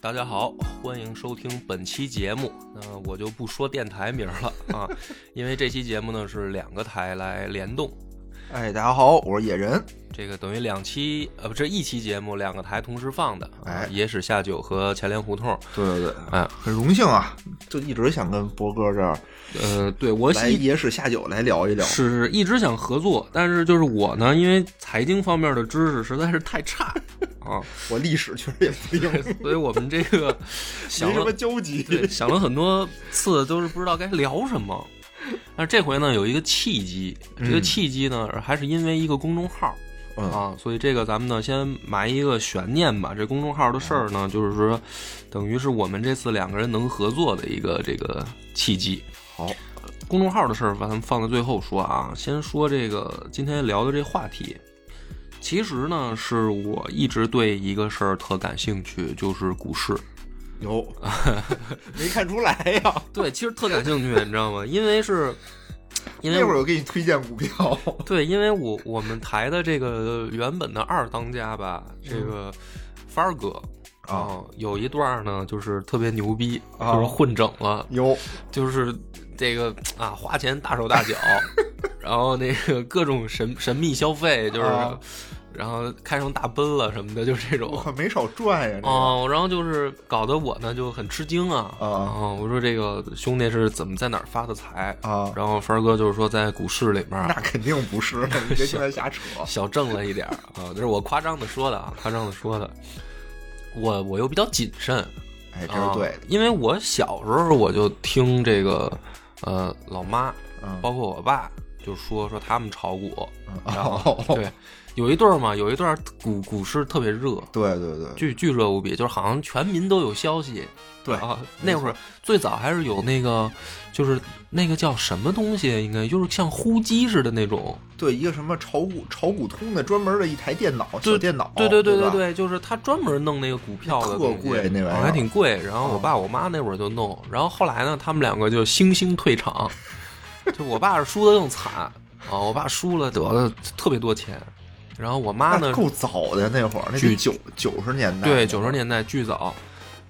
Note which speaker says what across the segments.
Speaker 1: 大家好，欢迎收听本期节目。那我就不说电台名了 啊，因为这期节目呢是两个台来联动，
Speaker 2: 哎，大家好，我是野人。
Speaker 1: 这个等于两期呃不，这一期节目两个台同时放的，啊
Speaker 2: 哎
Speaker 1: 野史下酒和前帘胡同。
Speaker 2: 对对对，
Speaker 1: 哎，
Speaker 2: 很荣幸啊，就一直想跟博哥这儿
Speaker 1: 呃，对我
Speaker 2: 来野史下酒来聊一聊。
Speaker 1: 是一直想合作，但是就是我呢，因为财经方面的知识实在是太差啊，
Speaker 2: 我历史确实也不灵，
Speaker 1: 所以我们这个想
Speaker 2: 哎没什
Speaker 1: 了
Speaker 2: 么交集。
Speaker 1: 对，想了很多次，都是不知道该聊什么。但是这回呢，有一个契机，这个
Speaker 2: 嗯
Speaker 1: 契机呢，还是因为一个公众号
Speaker 2: 嗯
Speaker 1: 啊，所以这个咱们呢先埋一个悬念吧。这公众号的事儿
Speaker 2: 嗯
Speaker 1: 呢，就是说，等于是我们这次两个人能合作的一个这个契机。
Speaker 2: 好，
Speaker 1: 公众号的事儿，咱们放在最后说啊。先说这个今天聊的这话题，其实呢是我一直对一个事儿特感兴趣，就是股市。
Speaker 2: 有 没看出来呀？
Speaker 1: 对，其实特感兴趣，你知道吗？因为是，因为
Speaker 2: 那会儿我给你推荐股票，
Speaker 1: 对，因为我我们台的这个原本的二当家吧，这个帆儿哥
Speaker 2: 嗯啊
Speaker 1: 哦有一段儿呢就是特别牛逼，
Speaker 2: 啊
Speaker 1: 就是混整了，
Speaker 2: 有
Speaker 1: 就是这个啊花钱大手 大脚，然后那个各种神神秘消费，就是、
Speaker 2: 啊
Speaker 1: 然后开上大奔了什么的，就这种
Speaker 2: 我。可没少赚呀。这个
Speaker 1: 哦，然后就是搞得我呢就很吃惊啊！
Speaker 2: 啊
Speaker 1: 哦我说这个兄弟是怎么在哪儿发的财
Speaker 2: 啊，
Speaker 1: 然后凡儿哥就是说在股市里面
Speaker 2: 那
Speaker 1: 儿
Speaker 2: 肯定不 是，你别听他瞎扯。
Speaker 1: 小挣了一 点儿啊，这是我夸张的说的啊，夸张的说的。我我又比较谨慎，
Speaker 2: 哎，这
Speaker 1: 啊
Speaker 2: 是对的。
Speaker 1: 因为我小时候我就听这个呃老妈，
Speaker 2: 嗯，
Speaker 1: 包括我爸就说说他们炒股，然后
Speaker 2: 哦，
Speaker 1: 对，有一对儿嘛，有一段儿股股市特别热，
Speaker 2: 对对对，
Speaker 1: 巨巨热无比，就是好像全民都有消息。
Speaker 2: 对
Speaker 1: 啊，那会儿最早还是有那个，就是那个叫什么东西，应该就是像呼机似的那种。
Speaker 2: 对一个什么炒股炒股通的专门的一台电脑，
Speaker 1: 对
Speaker 2: 小电脑，
Speaker 1: 对对
Speaker 2: 哦对
Speaker 1: 对
Speaker 2: 吧，
Speaker 1: 对，就是他专门弄那个股票的
Speaker 2: 特
Speaker 1: 东西，
Speaker 2: 贵那玩意儿
Speaker 1: 啊还挺贵。然后我爸我妈那会儿就弄，然后后来呢，他们两个就惺惺退 场，就我爸是输的更惨啊，我爸输了得了特别多钱，然后我妈
Speaker 2: 那
Speaker 1: 呢
Speaker 2: 够早的那会儿，那
Speaker 1: 巨
Speaker 2: 得九九十年代，
Speaker 1: 对，九十年代巨早，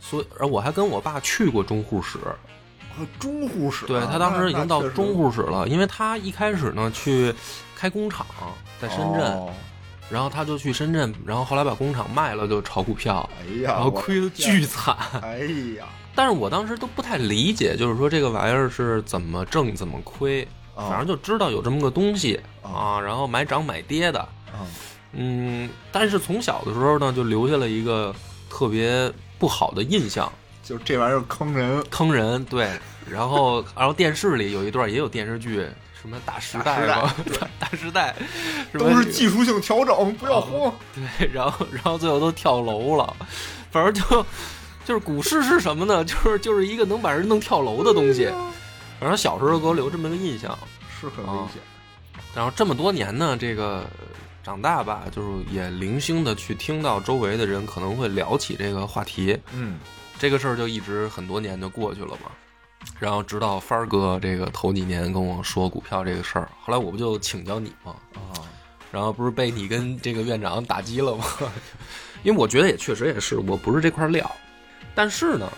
Speaker 1: 所以而我还跟我爸去过中沪室，
Speaker 2: 啊中护室啊，
Speaker 1: 对他当时已经到中
Speaker 2: 护
Speaker 1: 护室了，因为他一开始呢去开工厂在深圳，
Speaker 2: 哦
Speaker 1: 然后他就去深圳，然后后来把工厂卖了就炒股票，
Speaker 2: 哎
Speaker 1: 然
Speaker 2: 呀，
Speaker 1: 后
Speaker 2: 我
Speaker 1: 亏的巨惨。
Speaker 2: 哎呀，
Speaker 1: 但是我当时都不太理解，就是说这个玩意儿是怎么挣怎么亏，
Speaker 2: 啊
Speaker 1: 反正就知道有这么个东西
Speaker 2: 啊
Speaker 1: 啊，然后买涨买跌的，
Speaker 2: 啊
Speaker 1: 嗯，但是从小的时候呢，就留下了一个特别不好的印象。
Speaker 2: 就这玩意儿坑人，
Speaker 1: 坑人， 对。然后，然后电视里有一段也有电视剧，什么大时代吧， 大时代，什么
Speaker 2: 都是技术性调整，不要
Speaker 1: 啊
Speaker 2: 慌。
Speaker 1: 对，然后然后最后都跳楼了，反正就就是股市是什么呢？就是就是一个能把人弄跳楼的东西。反正小时候给我留这么一个印象，
Speaker 2: 是很
Speaker 1: 啊
Speaker 2: 危险，
Speaker 1: 然后这么多年呢，这个长大吧，就是也零星的去听到周围的人可能会聊起这个话题，
Speaker 2: 嗯，
Speaker 1: 这个事儿就一直很多年就过去了嘛。然后直到帆儿哥这个头几年跟我说股票这个事儿，后来我不就请教你嘛，
Speaker 2: 啊，
Speaker 1: 然后不是被你跟这个院长打击了吗？ 因为我觉得也确实也是，我不是这块料。但是呢，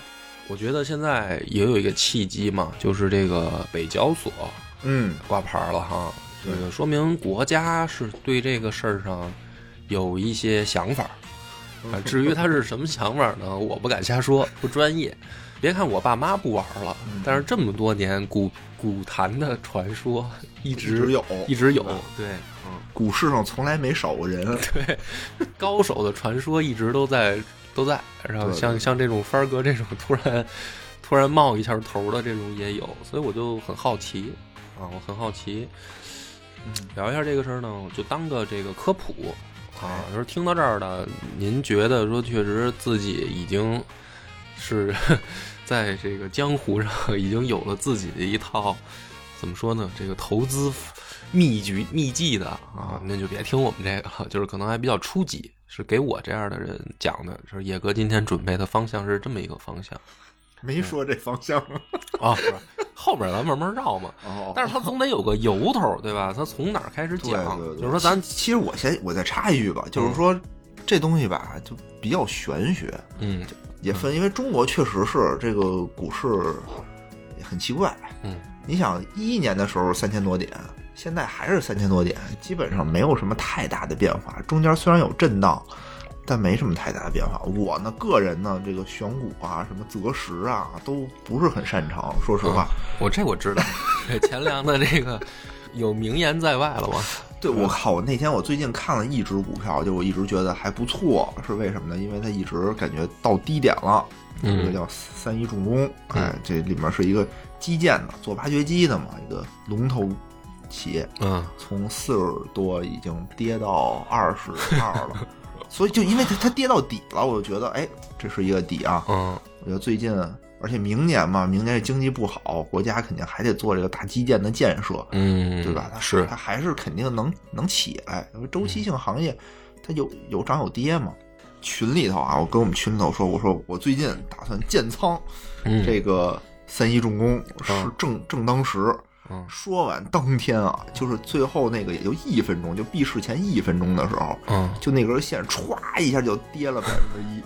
Speaker 1: 我觉得现在也有一个契机嘛，就是这个北交所
Speaker 2: 嗯，
Speaker 1: 挂牌了哈，这
Speaker 2: 对
Speaker 1: 个说明国家是对这个事儿上有一些想 法儿。啊，至于他是什么想法呢，我不敢瞎说，不专业。别看我爸妈不玩了，
Speaker 2: 嗯
Speaker 1: 但是这么多年股股坛的传说一直
Speaker 2: 直有，
Speaker 1: 一直有，对，嗯，
Speaker 2: 股市上从来没少过人，
Speaker 1: 高手的传说一直都在都在。然后
Speaker 2: 对对
Speaker 1: 像
Speaker 2: 对
Speaker 1: 像这种帆儿哥这种突然 突然冒一下头的这种也有，所以我就很好奇
Speaker 2: 嗯
Speaker 1: 啊，我很好奇，聊一下这个事儿呢，我就当个这个科普啊。就是听到这儿的，您觉得说确实自己已经是 在这个江湖上已经有了自己的一套，怎么说呢？这个投资秘诀秘技的啊，那就别听我们这个，就是可能还比较初级，是给我这样的人讲的。就是野哥今天准备的方向是这么一个方向
Speaker 2: 没说这方向。
Speaker 1: 啊，不是后边咱慢慢绕嘛。
Speaker 2: 哦
Speaker 1: 但是他总得有个由头，对吧？他从哪儿开始讲？
Speaker 2: 对对对
Speaker 1: 就是说咱
Speaker 2: 其实
Speaker 1: 嗯
Speaker 2: 我先我再插一句吧，就是说这东西吧，就比较玄学，
Speaker 1: 嗯
Speaker 2: 也分，因为中国确实是这个股市很奇怪。
Speaker 1: 嗯，
Speaker 2: 你想一一年的时候三千多点，现在还是三千多点，基本上没有什么太大的变化。中间虽然有震荡，但没什么太大的变化。我呢，个人呢，这个选股啊，什么择时啊，都不是很擅长。说实话，
Speaker 1: 我这我 知道，这钱粮的这个有名言在外了吧？
Speaker 2: 对我靠，我那天我最近看了一只股票，就我一直觉得还不错，是为什么呢？因为它一直感觉到低点了，
Speaker 1: 嗯
Speaker 2: 这个叫三一重工，哎，这里面是一个基建的，做挖掘机的嘛，一个龙头企业，
Speaker 1: 嗯，
Speaker 2: 从四十多已经跌到二十二了， 所以就因为它它跌到底了，我就觉得哎，这是一个底啊，
Speaker 1: 嗯，
Speaker 2: 我觉得最近，而且明年嘛，明年经济不好，国家肯定还得做这个大基建的建设，
Speaker 1: 嗯，
Speaker 2: 对吧？它
Speaker 1: 是嗯
Speaker 2: 它，还是肯定能能起来，因为周期性行业，它有有涨有跌嘛。群里头啊，我跟我们群里头说，我说我最近打算建仓
Speaker 1: 嗯，
Speaker 2: 这个三一重工，是正正当时。
Speaker 1: 嗯
Speaker 2: 说完当天啊，就是最后那个也就一分钟，就闭市前一分钟的时候，
Speaker 1: 嗯，
Speaker 2: 就那根线歘一下就跌了百分之一，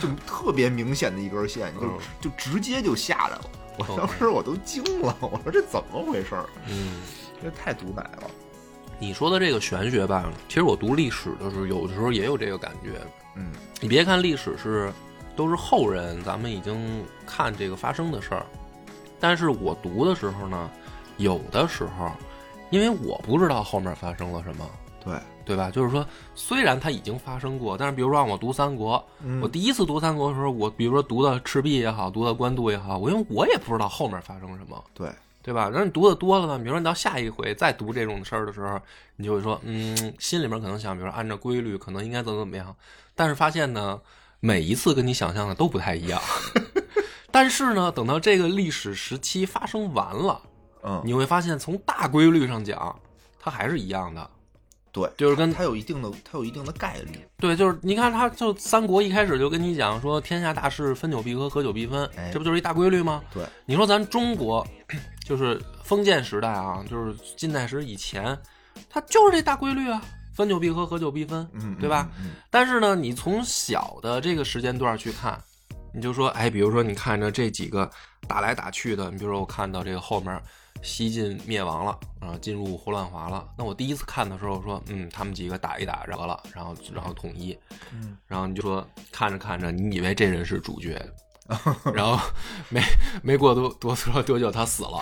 Speaker 2: 就特别明显的一根线，
Speaker 1: 嗯
Speaker 2: 就就直接就下来了。我
Speaker 1: 哦
Speaker 2: 当时我都惊了，我说这怎么回事儿？
Speaker 1: 嗯。
Speaker 2: 这太毒奶了。
Speaker 1: 你说的这个玄学吧，其实我读历史的时候，有的时候也有这个感觉。
Speaker 2: 嗯
Speaker 1: 你别看历史是都是后人，咱们已经看这个发生的事儿，但是我读的时候呢，有的时候，因为我不知道后面发生了什么，，
Speaker 2: 对，
Speaker 1: 对吧？就是说，虽然它已经发生过，但是比如说让我读三国，
Speaker 2: 嗯
Speaker 1: 我第一次读三国的时候，我比如说读的赤壁也好，读的官渡也好，我因为我也不知道后面发生什么，
Speaker 2: 对，
Speaker 1: 对吧？然后你读的多了呢，比如说你到下一回再读这种事儿的时候，你就会说，嗯，心里面可能想，比如说按照规律，可能应该怎么怎么样，但是发现呢，每一次跟你想象的都不太一样。但是呢，等到这个历史时期发生完了，
Speaker 2: 嗯，
Speaker 1: 你会发现从大规律上讲，它还是一样的，
Speaker 2: 对，
Speaker 1: 就是跟
Speaker 2: 它有一定的，它有一定的概率。
Speaker 1: 对，就是你看，他就三国一开始就跟你讲说，天下大势分久必合，合久必分
Speaker 2: 哎，
Speaker 1: 这不就是一大规律吗？
Speaker 2: 对，
Speaker 1: 你说咱中国，就是封建时代啊，就是近代史以前，它就是这大规律啊，分久必合，合久必分，
Speaker 2: 嗯，
Speaker 1: 对吧？
Speaker 2: 嗯？嗯
Speaker 1: 但是呢，你从小的这个时间段去看，你就说，哎，比如说你看着这几个打来打去的，你比如说我看到这个后面西晋灭亡了，然后进入胡乱华了，那我第一次看的时候说，嗯，他们几个打一打然后了，然后然后统一，
Speaker 2: 嗯
Speaker 1: 然后你就说看着看着，你以为这人是主角，然后没没过多多多多久他死了。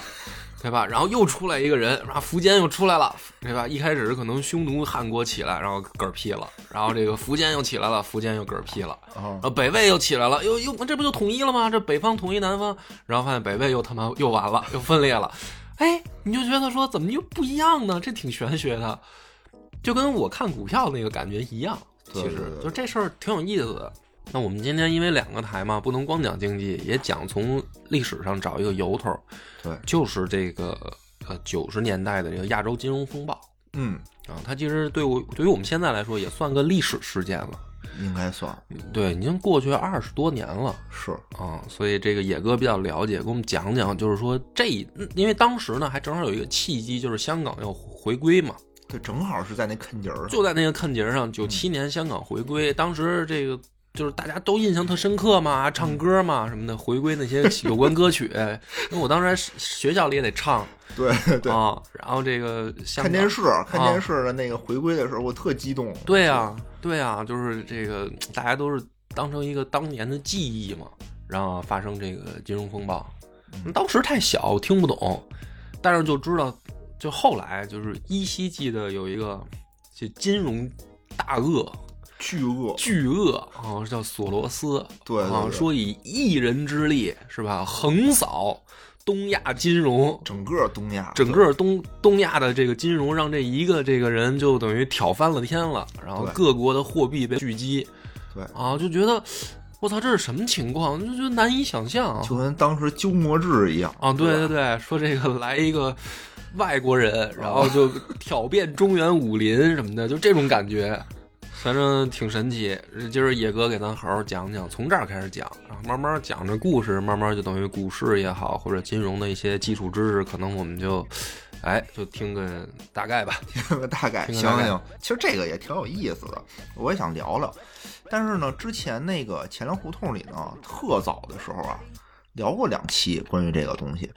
Speaker 1: 对吧？然后又出来一个人，然后苻坚又出来了，对吧？一开始可能匈奴汉国起来，然后嗝屁了，然后这个苻坚又起来了，苻坚又嗝屁了，
Speaker 2: 哦
Speaker 1: 然，后北魏又起来了，又又这不就统一了吗？这北方统一南方，然后发现北魏又他妈又完了，又分裂了，哎，你就觉得说怎么又不一样呢？这挺玄学的，就跟我看股票那个感觉一样。
Speaker 2: 对
Speaker 1: 其实
Speaker 2: 对对
Speaker 1: 就这事儿挺有意思的。那我们今天因为两个台嘛，不能光讲经济，也讲从历史上找一个由头，
Speaker 2: 对，
Speaker 1: 就是这个呃九十年代的这个亚洲金融风暴
Speaker 2: 嗯，
Speaker 1: 啊，它其实对我对于我们现在来说也算个历史事件了。
Speaker 2: 应该算
Speaker 1: 对，已经过去二十多年了
Speaker 2: 是。
Speaker 1: 啊，所以这个野哥比较了解，给我们讲讲，就是说这一，嗯因为当时呢还正好有一个契机，就是香港要回归嘛，
Speaker 2: 对，正好是在那坑节儿上。
Speaker 1: 就在那个坎节上，九七年香港回归，当时这个就是大家都印象特深刻嘛，唱歌嘛什么的，回归那些有关歌曲，因为我当时还是学校里也得唱
Speaker 2: 对对，
Speaker 1: 啊，然后这个香
Speaker 2: 看
Speaker 1: 港
Speaker 2: 电视，看电视的那个回归的时候，我特激动。
Speaker 1: 哦对啊，对啊，就是这个，大家都是当成一个当年的记忆嘛，然后发生这个金融风暴。
Speaker 2: 嗯
Speaker 1: 当时太小，听不懂，但是就知道，就后来就是依稀记得有一个这金融大鳄
Speaker 2: 巨鳄，
Speaker 1: 巨鳄啊，叫索罗斯，
Speaker 2: 对对
Speaker 1: 啊，
Speaker 2: 对
Speaker 1: 说以一人之力是吧，横扫东亚金融，
Speaker 2: 整个东亚，
Speaker 1: 整个东东亚的这个金融，让这一个这个人就等于挑翻了天了，然后
Speaker 2: 对
Speaker 1: 各国的货币被聚集
Speaker 2: 对，
Speaker 1: 啊，就觉得我操，这是什么情况？就觉得难以想象啊
Speaker 2: 就跟当时鸠摩智一样
Speaker 1: 啊！对对
Speaker 2: 吧
Speaker 1: 对，说这个来一个外国人，然后就挑遍中原武林什么的，就这种感觉。反正挺神奇，今儿野哥给咱好好讲讲，从这儿开始讲，然后慢慢讲这故事，慢慢就等于股市也好，或者金融的一些基础知识，可能我们就哎，就听个大概吧。
Speaker 2: 听个 大概，
Speaker 1: 听个
Speaker 2: 行
Speaker 1: 大概
Speaker 2: 行。其实这个也挺有意思的，我也想聊聊。但是呢，之前那个钱粮胡同里呢，特早的时候啊，聊过两期关于这个东西。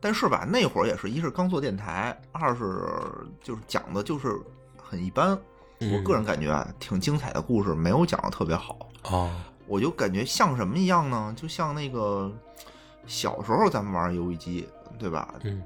Speaker 2: 但是吧，那会儿也是一是刚做电台，二是就是讲的就是很一般。
Speaker 1: 嗯
Speaker 2: 我个人感觉啊，挺精彩的故事没有讲的特别好。
Speaker 1: 哦，
Speaker 2: 我就感觉像什么一样呢？就像那个小时候咱们玩游戏机，对吧？
Speaker 1: 嗯，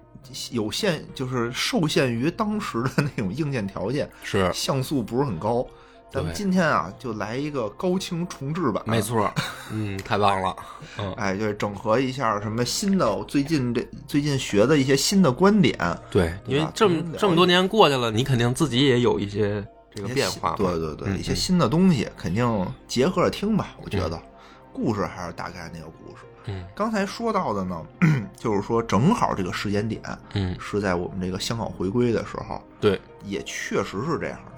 Speaker 2: 有限就是受限于当时的那种硬件条件，
Speaker 1: 是，
Speaker 2: 像素不是很高。咱们
Speaker 1: 对
Speaker 2: 今天啊，就来一个高清重制版，
Speaker 1: 没。错，嗯，太棒了，嗯，
Speaker 2: 哎，就是整合一下什么新的，我最近这最近学的一些新的观点，
Speaker 1: 对，嗯因
Speaker 2: 对
Speaker 1: 为
Speaker 2: 吧
Speaker 1: 这
Speaker 2: 咱们
Speaker 1: 么
Speaker 2: 聊
Speaker 1: 这么多年过去了，你肯定自己也有一些这个
Speaker 2: 一些
Speaker 1: 变
Speaker 2: 新
Speaker 1: 化嘛。
Speaker 2: 对对对，
Speaker 1: 嗯
Speaker 2: 一些
Speaker 1: 嗯
Speaker 2: 新的东西肯定结合着听吧。我觉得故事还是大概那个故事。
Speaker 1: 嗯
Speaker 2: 刚才说到的呢， 就是说正好这个时间点
Speaker 1: 嗯，
Speaker 2: 是在我们这个香港回归的时候，
Speaker 1: 对，
Speaker 2: 也确实是这样的。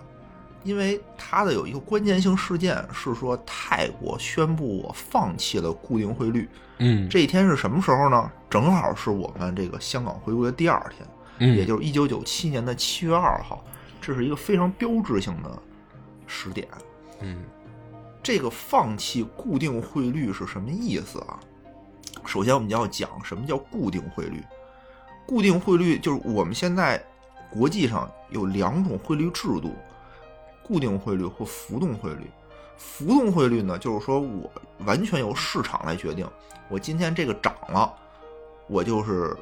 Speaker 2: 因为它的有一个关键性事件是说，泰国宣布我放弃了固定汇率。
Speaker 1: 嗯，
Speaker 2: 这一天是什么时候呢？正好是我们这个香港回归的第二天，
Speaker 1: 嗯
Speaker 2: 也就是一九九七年的七月二号。这是一个非常标志性的时点。
Speaker 1: 嗯
Speaker 2: 这个放弃固定汇率是什么意思啊？首先，我们要讲什么叫固定汇率。固定汇率就是我们现在国际上有两种汇率制度，固定汇率或浮动汇率。浮动汇率呢，就是说我完全由市场来决定，我今天这个涨了，我就是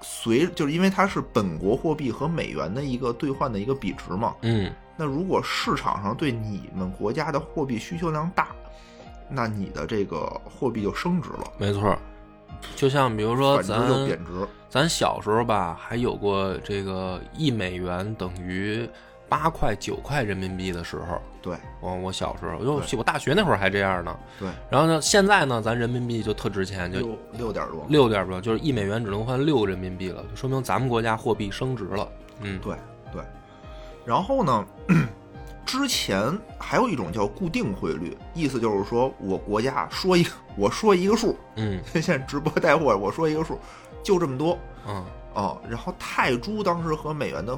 Speaker 2: 随就是因为它是本国货币和美元的一个兑换的一个比值嘛，
Speaker 1: 嗯
Speaker 2: 那如果市场上对你们国家的货币需求量大，那你的这个货币就升值了，
Speaker 1: 没错。就像比如说
Speaker 2: 反之
Speaker 1: 咱
Speaker 2: 就贬值。
Speaker 1: 咱小时候吧，还有过这个一美元等于八块九块人民币的时候。
Speaker 2: 对
Speaker 1: 我我小时候，因为我我大学那会儿还这样呢。
Speaker 2: 对，
Speaker 1: 然后呢，现在呢，咱人民币就特值钱，就
Speaker 2: 六六点多。
Speaker 1: 六点多，就是一美元只能换六人民币了，就说明咱们国家货币升值了。嗯，
Speaker 2: 对对。然后呢，之前还有一种叫固定汇率，意思就是说我国家说一个我说一个数，
Speaker 1: 嗯
Speaker 2: 现在直播带货我说一个数，就这么多
Speaker 1: 嗯，
Speaker 2: 啊、然后泰铢当时和美元的。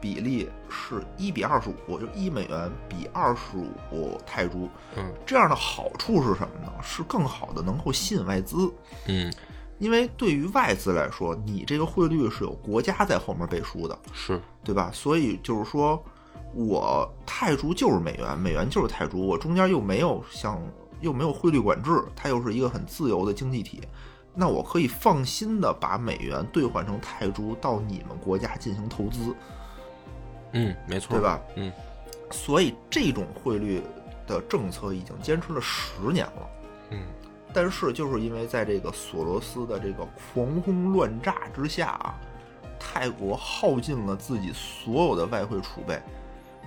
Speaker 2: 比例是一比二十五，就一美元比二十五泰铢，
Speaker 1: 嗯
Speaker 2: 这样的好处是什么呢？是更好的能够吸引外资，
Speaker 1: 嗯，
Speaker 2: 因为对于外资来说，你这个汇率是有国家在后面背书的，
Speaker 1: 是，
Speaker 2: 对吧？所以就是说，我泰铢就是美元，美元就是泰铢，我中间又没有像又没有汇率管制，它又是一个很自由的经济体，那我可以放心的把美元兑换成泰铢到你们国家进行投资，
Speaker 1: 嗯，没错，
Speaker 2: 对？吧？
Speaker 1: 嗯
Speaker 2: 所以这种汇率的政策已经坚持了十年了。
Speaker 1: 嗯
Speaker 2: 但是就是因为在这个索罗斯的这个狂轰乱炸之下啊，泰国耗尽了自己所有的外汇储备。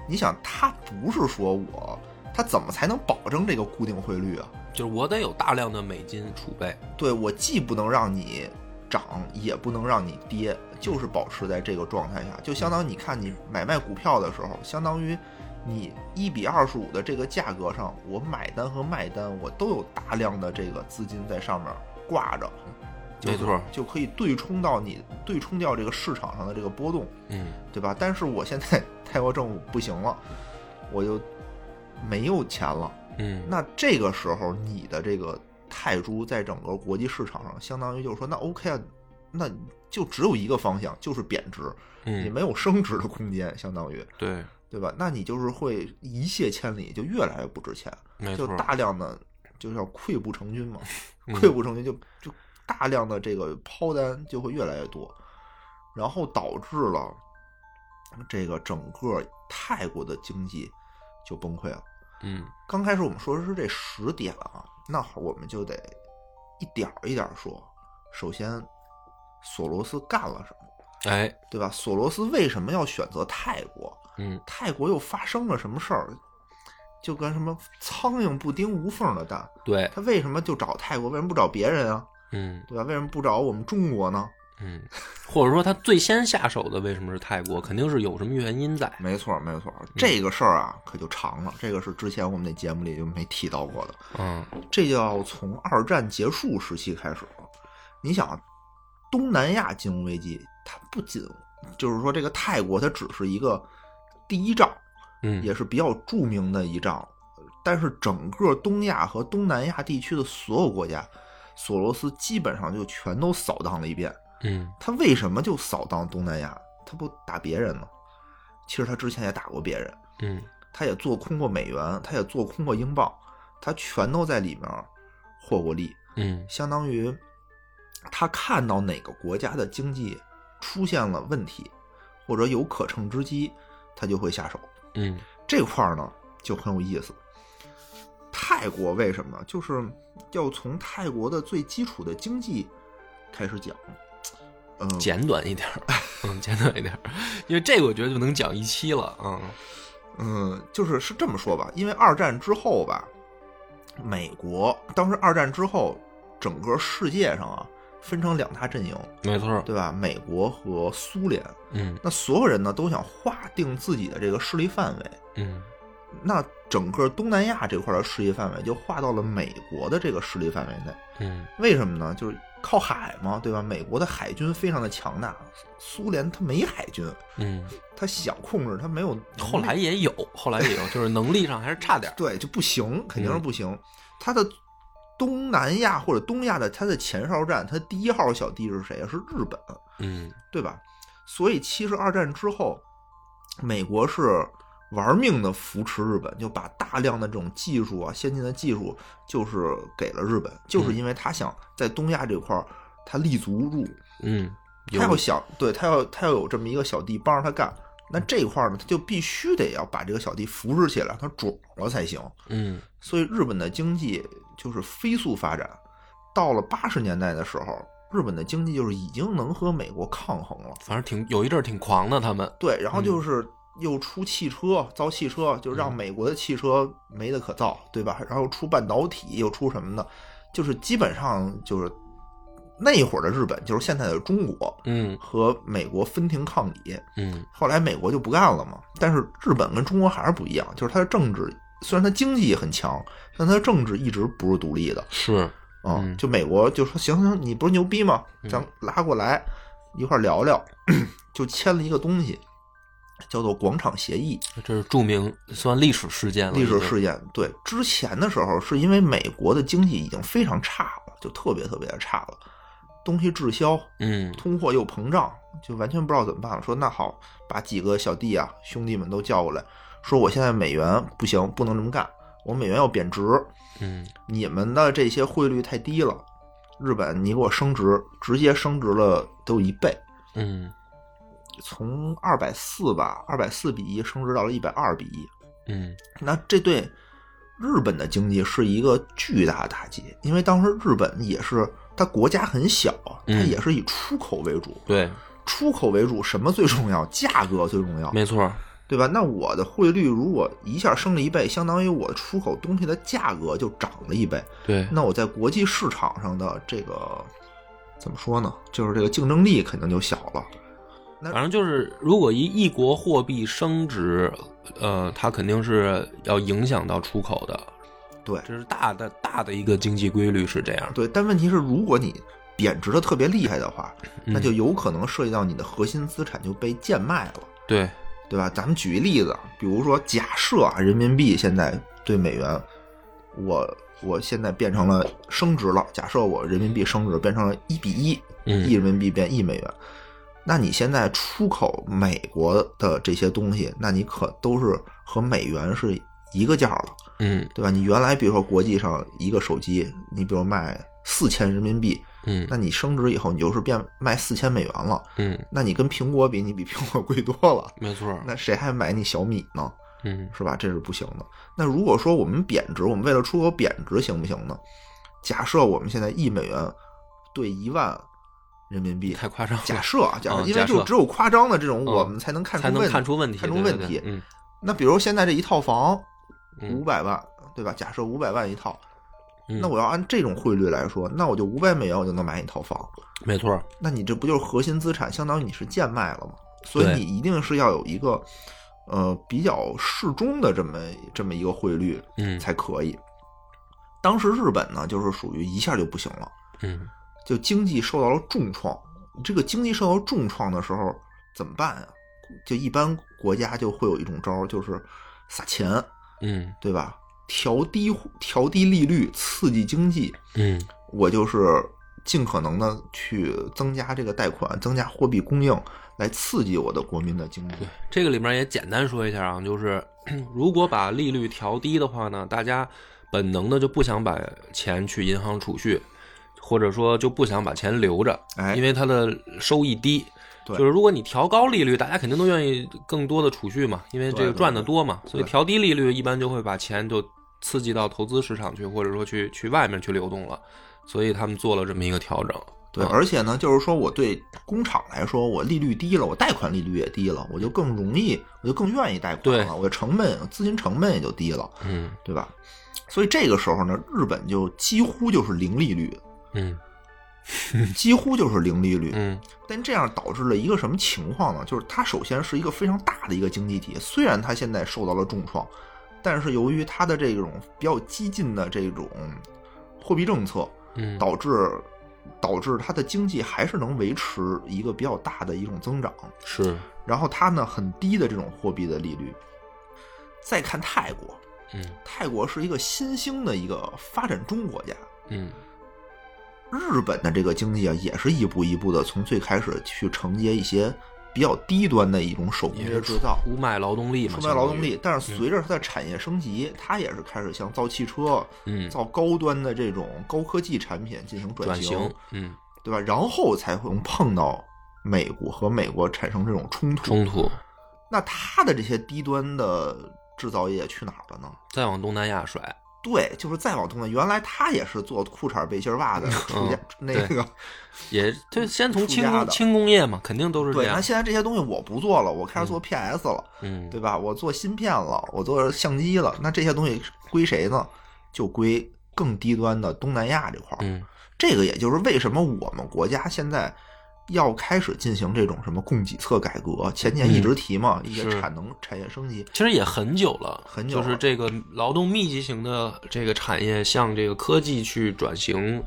Speaker 2: 你想，他不是说我，他怎么才能保证这个固定汇率啊？
Speaker 1: 就是我得有大量的美金储备。
Speaker 2: 对我既不能让你涨，也不能让你跌，就是保持在这个状态下，就相当于你看你买卖股票的时候，相当于你一比二十五的这个价格上，我买单和卖单我都有大量的这个资金在上面挂着，就
Speaker 1: 没错
Speaker 2: 就可以对冲到你对冲掉这个市场上的这个波动，
Speaker 1: 嗯，
Speaker 2: 对吧？但是我现在 泰国政府不行了，我就没有钱了。
Speaker 1: 嗯，
Speaker 2: 那这个时候你的这个泰铢在整个国际市场上，相当于就是说，那 OK 啊，那就只有一个方向，就是贬值，你
Speaker 1: 嗯，
Speaker 2: 没有升值的空间，相当于
Speaker 1: 对，
Speaker 2: 对吧？那你就是会一泻千里，就越来越不值钱，
Speaker 1: 没
Speaker 2: 就
Speaker 1: 错，
Speaker 2: 大量的就叫溃不成军嘛，
Speaker 1: 嗯
Speaker 2: 溃不成军就就大量的这个抛单就会越来越多，然后导致了这个整个泰国的经济就崩溃了。
Speaker 1: 嗯
Speaker 2: 刚开始我们说的是这十点啊，那我们就得一点儿一点儿说。首先，索罗斯干了什么，
Speaker 1: 哎，
Speaker 2: 对吧？索罗斯为什么要选择泰国？
Speaker 1: 嗯
Speaker 2: 泰国又发生了什么事儿？就跟什么苍蝇不叮无缝的蛋，
Speaker 1: 对，
Speaker 2: 他为什么就找泰国？为什么不找别人啊？
Speaker 1: 嗯
Speaker 2: 对吧？为什么不找我们中国呢？
Speaker 1: 嗯，或者说他最先下手的为什么是泰国？肯定是有什么原因在。
Speaker 2: 没错，没错，这个事儿啊可就长了，这个是之前我们那节目里就没提到过的。
Speaker 1: 嗯
Speaker 2: 这就要从二战结束时期开始了。你想，东南亚金融危机，它不仅就是说这个泰国它只是一个第一仗，
Speaker 1: 嗯，
Speaker 2: 也是比较著名的一仗，但是整个东亚和东南亚地区的所有国家，索罗斯基本上就全都扫荡了一遍。
Speaker 1: 嗯
Speaker 2: 他为什么就扫荡东南亚？他不打别人吗？其实他之前也打过别人，
Speaker 1: 嗯
Speaker 2: 他也做空过美元，他也做空过英镑，他全都在里面获过利。
Speaker 1: 嗯
Speaker 2: 相当于他看到哪个国家的经济出现了问题，或者有可乘之机，他就会下手。
Speaker 1: 嗯
Speaker 2: 这块儿呢就很有意思。泰国为什么就是要从泰国的最基础的经济开始讲？嗯、
Speaker 1: 简短一点儿，嗯，简短一点儿，因为这个我觉得就能讲一期了，嗯
Speaker 2: 嗯，就是是这么说吧，因为二战之后吧，美国当时二战之后，整个世界上啊分成两大阵营，
Speaker 1: 没错儿，
Speaker 2: 对吧？美国和苏联。
Speaker 1: 嗯
Speaker 2: 那所有人呢都想划定自己的这个势力范围，
Speaker 1: 嗯
Speaker 2: 那整个东南亚这块的势力范围就划到了美国的这个势力范围内。
Speaker 1: 嗯
Speaker 2: 为什么呢？就是靠海嘛，对吧？美国的海军非常的强大，苏联它没海军，
Speaker 1: 嗯，
Speaker 2: 它想控制它没有。
Speaker 1: 后来也有，后来也有，就是能力上还是差点儿，嗯
Speaker 2: 对就不行，肯定是不行。它的东南亚或者东亚的它的前哨站，它第一号小弟是谁啊？是日本。
Speaker 1: 嗯
Speaker 2: 对吧？所以其实二战之后，美国是玩命的扶持日本，就把大量的这种技术啊、先进的技术，就是给了日本，
Speaker 1: 嗯
Speaker 2: 就是因为他想在东亚这块儿他立足入，
Speaker 1: 嗯，有
Speaker 2: 他要想对他要他要有这么一个小弟帮着他干，那这块儿呢，他就必须得要把这个小弟扶持起来，他壮了才行。
Speaker 1: 嗯
Speaker 2: 所以日本的经济就是飞速发展，到了八十年代的时候，日本的经济就是已经能和美国抗衡了。
Speaker 1: 反正挺有一阵儿挺狂的，他们，
Speaker 2: 对，然后就是又出汽车，造汽车，就让美国的汽车没得可造，对吧？然后出半导体，又出什么的，就是基本上就是那会儿的日本，就是现在的中国
Speaker 1: 嗯
Speaker 2: 和美国分庭抗礼。
Speaker 1: 嗯
Speaker 2: 后来美国就不干了嘛，但是日本跟中国还是不一样，就是它的政治虽然它经济很强，但它的政治一直不是独立的。
Speaker 1: 是，
Speaker 2: 啊、
Speaker 1: 嗯
Speaker 2: 就美国就说行行，你不是牛逼吗？咱们拉过来一块儿聊聊， 就签了一个东西，叫做广场协议，
Speaker 1: 这是著名算历史事件了，
Speaker 2: 历史
Speaker 1: 已经
Speaker 2: 事件。对，之前的时候是因为美国的经济已经非常差了，就特别特别的差了，东西滞销，
Speaker 1: 嗯
Speaker 2: 通货又膨胀，就完全不知道怎么办了。说那好，把几个小弟啊兄弟们都叫过来，说我现在美元不行，不能这么干，我美元要贬值，
Speaker 1: 嗯
Speaker 2: 你们的这些汇率太低了，日本你给我升值，直接升值了都有一倍，
Speaker 1: 嗯
Speaker 2: 从二百四吧，二百四比一升值到了一百二比一。
Speaker 1: 嗯
Speaker 2: 那这对日本的经济是一个巨大的打击，因为当时日本也是它国家很小，啊它
Speaker 1: 嗯
Speaker 2: 也是以出口为主，
Speaker 1: 对，
Speaker 2: 出口为主，什么最重要？价格最重要，
Speaker 1: 没错儿，
Speaker 2: 对吧？那我的汇率如果一下升了一倍，相当于我出口东西的价格就涨了一倍。
Speaker 1: 对，
Speaker 2: 那我在国际市场上的这个怎么说呢？就是这个竞争力肯定就小了。
Speaker 1: 反正就是，如果一一国货币升值，呃，它肯定是要影响到出口的，
Speaker 2: 对
Speaker 1: 这是大的大的一个经济规律是这样。
Speaker 2: 对，但问题是，如果你贬值的特别厉害的话，
Speaker 1: 嗯
Speaker 2: 那就有可能涉及到你的核心资产就被贱卖了，
Speaker 1: 对，
Speaker 2: 对吧？咱们举一例子，比如说，假设啊，人民币现在对美元，我我现在变成了升值了，假设我人民币升值变成了一比一，
Speaker 1: 嗯
Speaker 2: 一人民币变一美元。那你现在出口美国的这些东西，那你可都是和美元是一个价了，
Speaker 1: 嗯
Speaker 2: 对吧？你原来比如说国际上一个手机，你比如卖四千人民币，
Speaker 1: 嗯
Speaker 2: 那你升值以后，你就是变卖四千美元了。
Speaker 1: 嗯，
Speaker 2: 那你跟苹果比，你比苹果贵多了，
Speaker 1: 没错儿，
Speaker 2: 那谁还买你小米呢？
Speaker 1: 嗯
Speaker 2: 是吧？这是不行的。那如果说我们贬值，我们为了出口贬值行不行呢？假设我们现在一美元兑一万人民币，
Speaker 1: 太夸张了，
Speaker 2: 假设啊，假设，
Speaker 1: 嗯
Speaker 2: 因为
Speaker 1: 假设
Speaker 2: 就只有夸张的这种，
Speaker 1: 嗯
Speaker 2: 我们才能看
Speaker 1: 才
Speaker 2: 出
Speaker 1: 能
Speaker 2: 问
Speaker 1: 看出问题，
Speaker 2: 看出
Speaker 1: 对
Speaker 2: 问
Speaker 1: 对
Speaker 2: 题
Speaker 1: 对。嗯
Speaker 2: 那比如现在这一套房五
Speaker 1: 嗯
Speaker 2: 百万，对吧？假设五百万一套，
Speaker 1: 嗯
Speaker 2: 那我要按这种汇率来说，那我就五百美元我就能买一套房。
Speaker 1: 没错儿，
Speaker 2: 那你这不就是核心资产，相当于你是贱卖了吗？所以
Speaker 1: 对
Speaker 2: 你一定是要有一个呃比较适中的这么这么一个汇率
Speaker 1: 嗯
Speaker 2: 才可以。当时日本呢，就是属于一下就不行了，
Speaker 1: 嗯
Speaker 2: 就经济受到了重创。这个经济受到重创的时候，怎么办啊？就一般国家就会有一种招儿，就是撒钱，
Speaker 1: 嗯
Speaker 2: 对吧？调低调低利率，刺激经济，
Speaker 1: 嗯
Speaker 2: 我就是尽可能的去增加这个贷款，增加货币供应，来刺激我的国民的经济。
Speaker 1: 这个里面也简单说一下啊，就是 如果把利率调低的话呢，大家本能的就不想把钱去银行储蓄，或者说就不想把钱留着，
Speaker 2: 哎
Speaker 1: 因为它的收益低。
Speaker 2: 对
Speaker 1: 就是如果你调高利率，大家肯定都愿意更多的储蓄嘛，因为这
Speaker 2: 对
Speaker 1: 个
Speaker 2: 对
Speaker 1: 赚的多嘛。所以
Speaker 2: 对
Speaker 1: 调低利率一般就会把钱就刺激到投资市场去，或者说去去外面去流动了。所以他们做了这么一个调整。
Speaker 2: 对，
Speaker 1: 嗯
Speaker 2: 而且呢，就是说我对工厂来说，我利率低了，我贷款利率也低了，我就更容易，我就更愿意贷款
Speaker 1: 对
Speaker 2: 了，我的成本、资金成本也就低了，
Speaker 1: 嗯
Speaker 2: 对吧？所以这个时候呢，日本就几乎就是零利率，
Speaker 1: 嗯
Speaker 2: 几乎就是零利率。
Speaker 1: 嗯
Speaker 2: 但这样导致了一个什么情况呢？就是它首先是一个非常大的一个经济体，虽然它现在受到了重创，但是由于它的这种比较激进的这种货币政策，
Speaker 1: 嗯，
Speaker 2: 导致导致它的经济还是能维持一个比较大的一种增长。
Speaker 1: 是
Speaker 2: 然后它呢很低的这种货币的利率。再看泰国，
Speaker 1: 嗯
Speaker 2: 泰国是一个新兴的一个发展中国家，
Speaker 1: 嗯
Speaker 2: 日本的这个经济啊，也是一步一步的从最开始去承接一些比较低端的一种手工
Speaker 1: 也
Speaker 2: 业
Speaker 1: 是
Speaker 2: 制造。
Speaker 1: 出卖劳动力嘛，
Speaker 2: 出卖劳动
Speaker 1: 相
Speaker 2: 力，但是随着它的产业升级，它也是开始向造汽车、
Speaker 1: 当于，嗯，
Speaker 2: 造高端的这种高科技产品进行
Speaker 1: 转
Speaker 2: 转型，
Speaker 1: 型，嗯，
Speaker 2: 对吧？然后才会碰到美国和美国产生这种冲突。
Speaker 1: 冲突，
Speaker 2: 那它的这些低端的制造业去哪儿了呢？
Speaker 1: 再往东南亚甩，
Speaker 2: 对，就是再往东呢，原来它也是做裤衩、背心、袜子出家、那
Speaker 1: 对
Speaker 2: 个
Speaker 1: 也就先从
Speaker 2: 出
Speaker 1: 轻
Speaker 2: 家
Speaker 1: 工
Speaker 2: 的
Speaker 1: 轻工业嘛，肯定都是这
Speaker 2: 对，那
Speaker 1: 样，
Speaker 2: 现在这些东西我不做了，我开始做 PS 了，
Speaker 1: 嗯，
Speaker 2: 对吧？我做芯片了，我做相机了，那这些东西归谁呢？就归更低端的东南亚这块儿。
Speaker 1: 嗯
Speaker 2: 这个也就是为什么我们国家现在要开始进行这种什么供给侧改革，前年一直提嘛，一些
Speaker 1: 嗯是
Speaker 2: 产能产业升级。
Speaker 1: 其实也很久了，
Speaker 2: 很久了
Speaker 1: 就是这个劳动密集型的这个产业向这个科技去转型，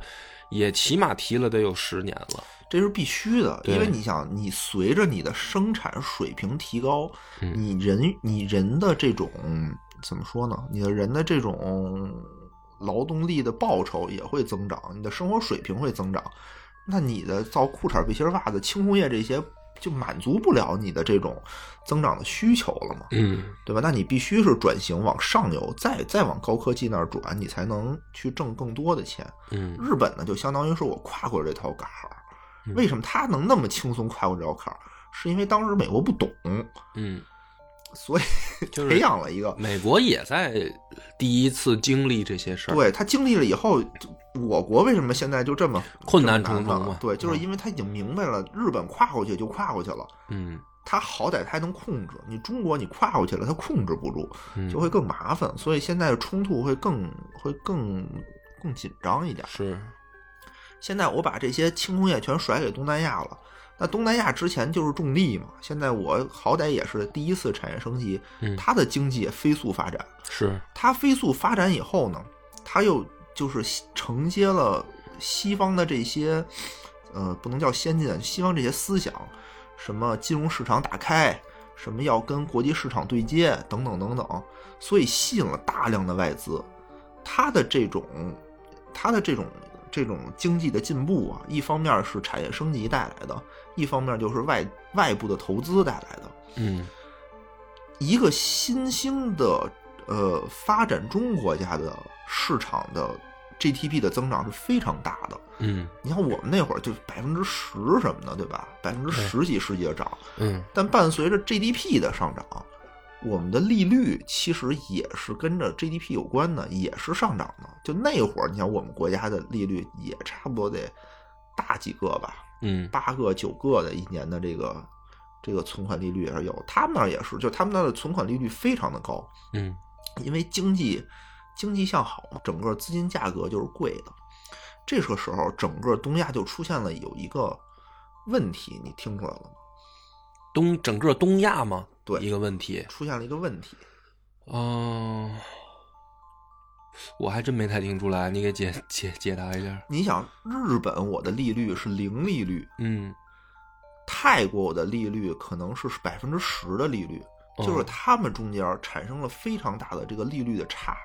Speaker 1: 也起码提了得有十年了，
Speaker 2: 这是必须的，
Speaker 1: 对
Speaker 2: 因为你想，你随着你的生产水平提高，
Speaker 1: 嗯
Speaker 2: 你人你人的这种怎么说呢？你的人的这种劳动力的报酬也会增长，你的生活水平会增长，那你的造裤衩、背心、袜子、轻工业这些就满足不了你的这种增长的需求了嘛，
Speaker 1: 嗯，
Speaker 2: 对吧？那你必须是转型往上游，再再往高科技那儿转，你才能去挣更多的钱。
Speaker 1: 嗯，
Speaker 2: 日本呢，就相当于是我跨过这条坎儿
Speaker 1: 嗯。
Speaker 2: 为什么他能那么轻松跨过这条坎儿？是因为当时美国不懂，
Speaker 1: 嗯，
Speaker 2: 所以
Speaker 1: 就是嗯
Speaker 2: 培养了一个。
Speaker 1: 美国也在第一次经历这些事儿，
Speaker 2: 对他经历了以后，就我国为什么现在就这么
Speaker 1: 困难
Speaker 2: 这么
Speaker 1: 重重
Speaker 2: 了
Speaker 1: 嘛？
Speaker 2: 对，就是
Speaker 1: 嗯
Speaker 2: 因为他已经明白了，日本跨过去就跨过去了，
Speaker 1: 嗯，
Speaker 2: 他好歹他还能控制。你中国你跨过去了，他控制不住，
Speaker 1: 嗯
Speaker 2: 就会更麻烦。所以现在冲突会更会更更紧张一点。
Speaker 1: 是，
Speaker 2: 现在我把这些轻工业全甩给东南亚了。那东南亚之前就是种地嘛，现在我好歹也是第一次产业升级
Speaker 1: 嗯，
Speaker 2: 它的经济也飞速发展。
Speaker 1: 是，
Speaker 2: 它飞速发展以后呢，它又就是西承接了西方的这些，呃，不能叫先进，西方这些思想，什么金融市场打开，什么要跟国际市场对接等等等等，所以吸引了大量的外资。它的这种，它的这种这种经济的进步啊，一方面是产业升级带来的，一方面就是外外部的投资带来的。
Speaker 1: 嗯
Speaker 2: 一个新兴的呃发展中国家的市场的 GDP 的增长是非常大的。
Speaker 1: 嗯
Speaker 2: 你看我们那会儿就百分之十什么的，对吧？百分之十几十几的涨，
Speaker 1: 嗯，
Speaker 2: 但伴随着 GDP 的上涨，我们的利率其实也是跟着 GDP 有关的，也是上涨的。就那会儿，你想我们国家的利率也差不多得大几个吧，
Speaker 1: 嗯，
Speaker 2: 八个九个的一年的这个这个存款利率也是有，他们那儿也是，就他们那儿的存款利率非常的高，
Speaker 1: 嗯，
Speaker 2: 因为经济经济向好，整个资金价格就是贵的。这个时候，整个东亚就出现了有一个问题，你听出来了吗？
Speaker 1: 东整个东亚嘛，
Speaker 2: 对
Speaker 1: 一个问题，
Speaker 2: 出现了一个问题，
Speaker 1: 哦，我还真没太听出来，你给解解解答一下。
Speaker 2: 你想，日本我的利率是零利率，
Speaker 1: 嗯
Speaker 2: 泰国的利率可能是百分之十的利率，就是
Speaker 1: 哦
Speaker 2: 他们中间产生了非常大的这个利率的差。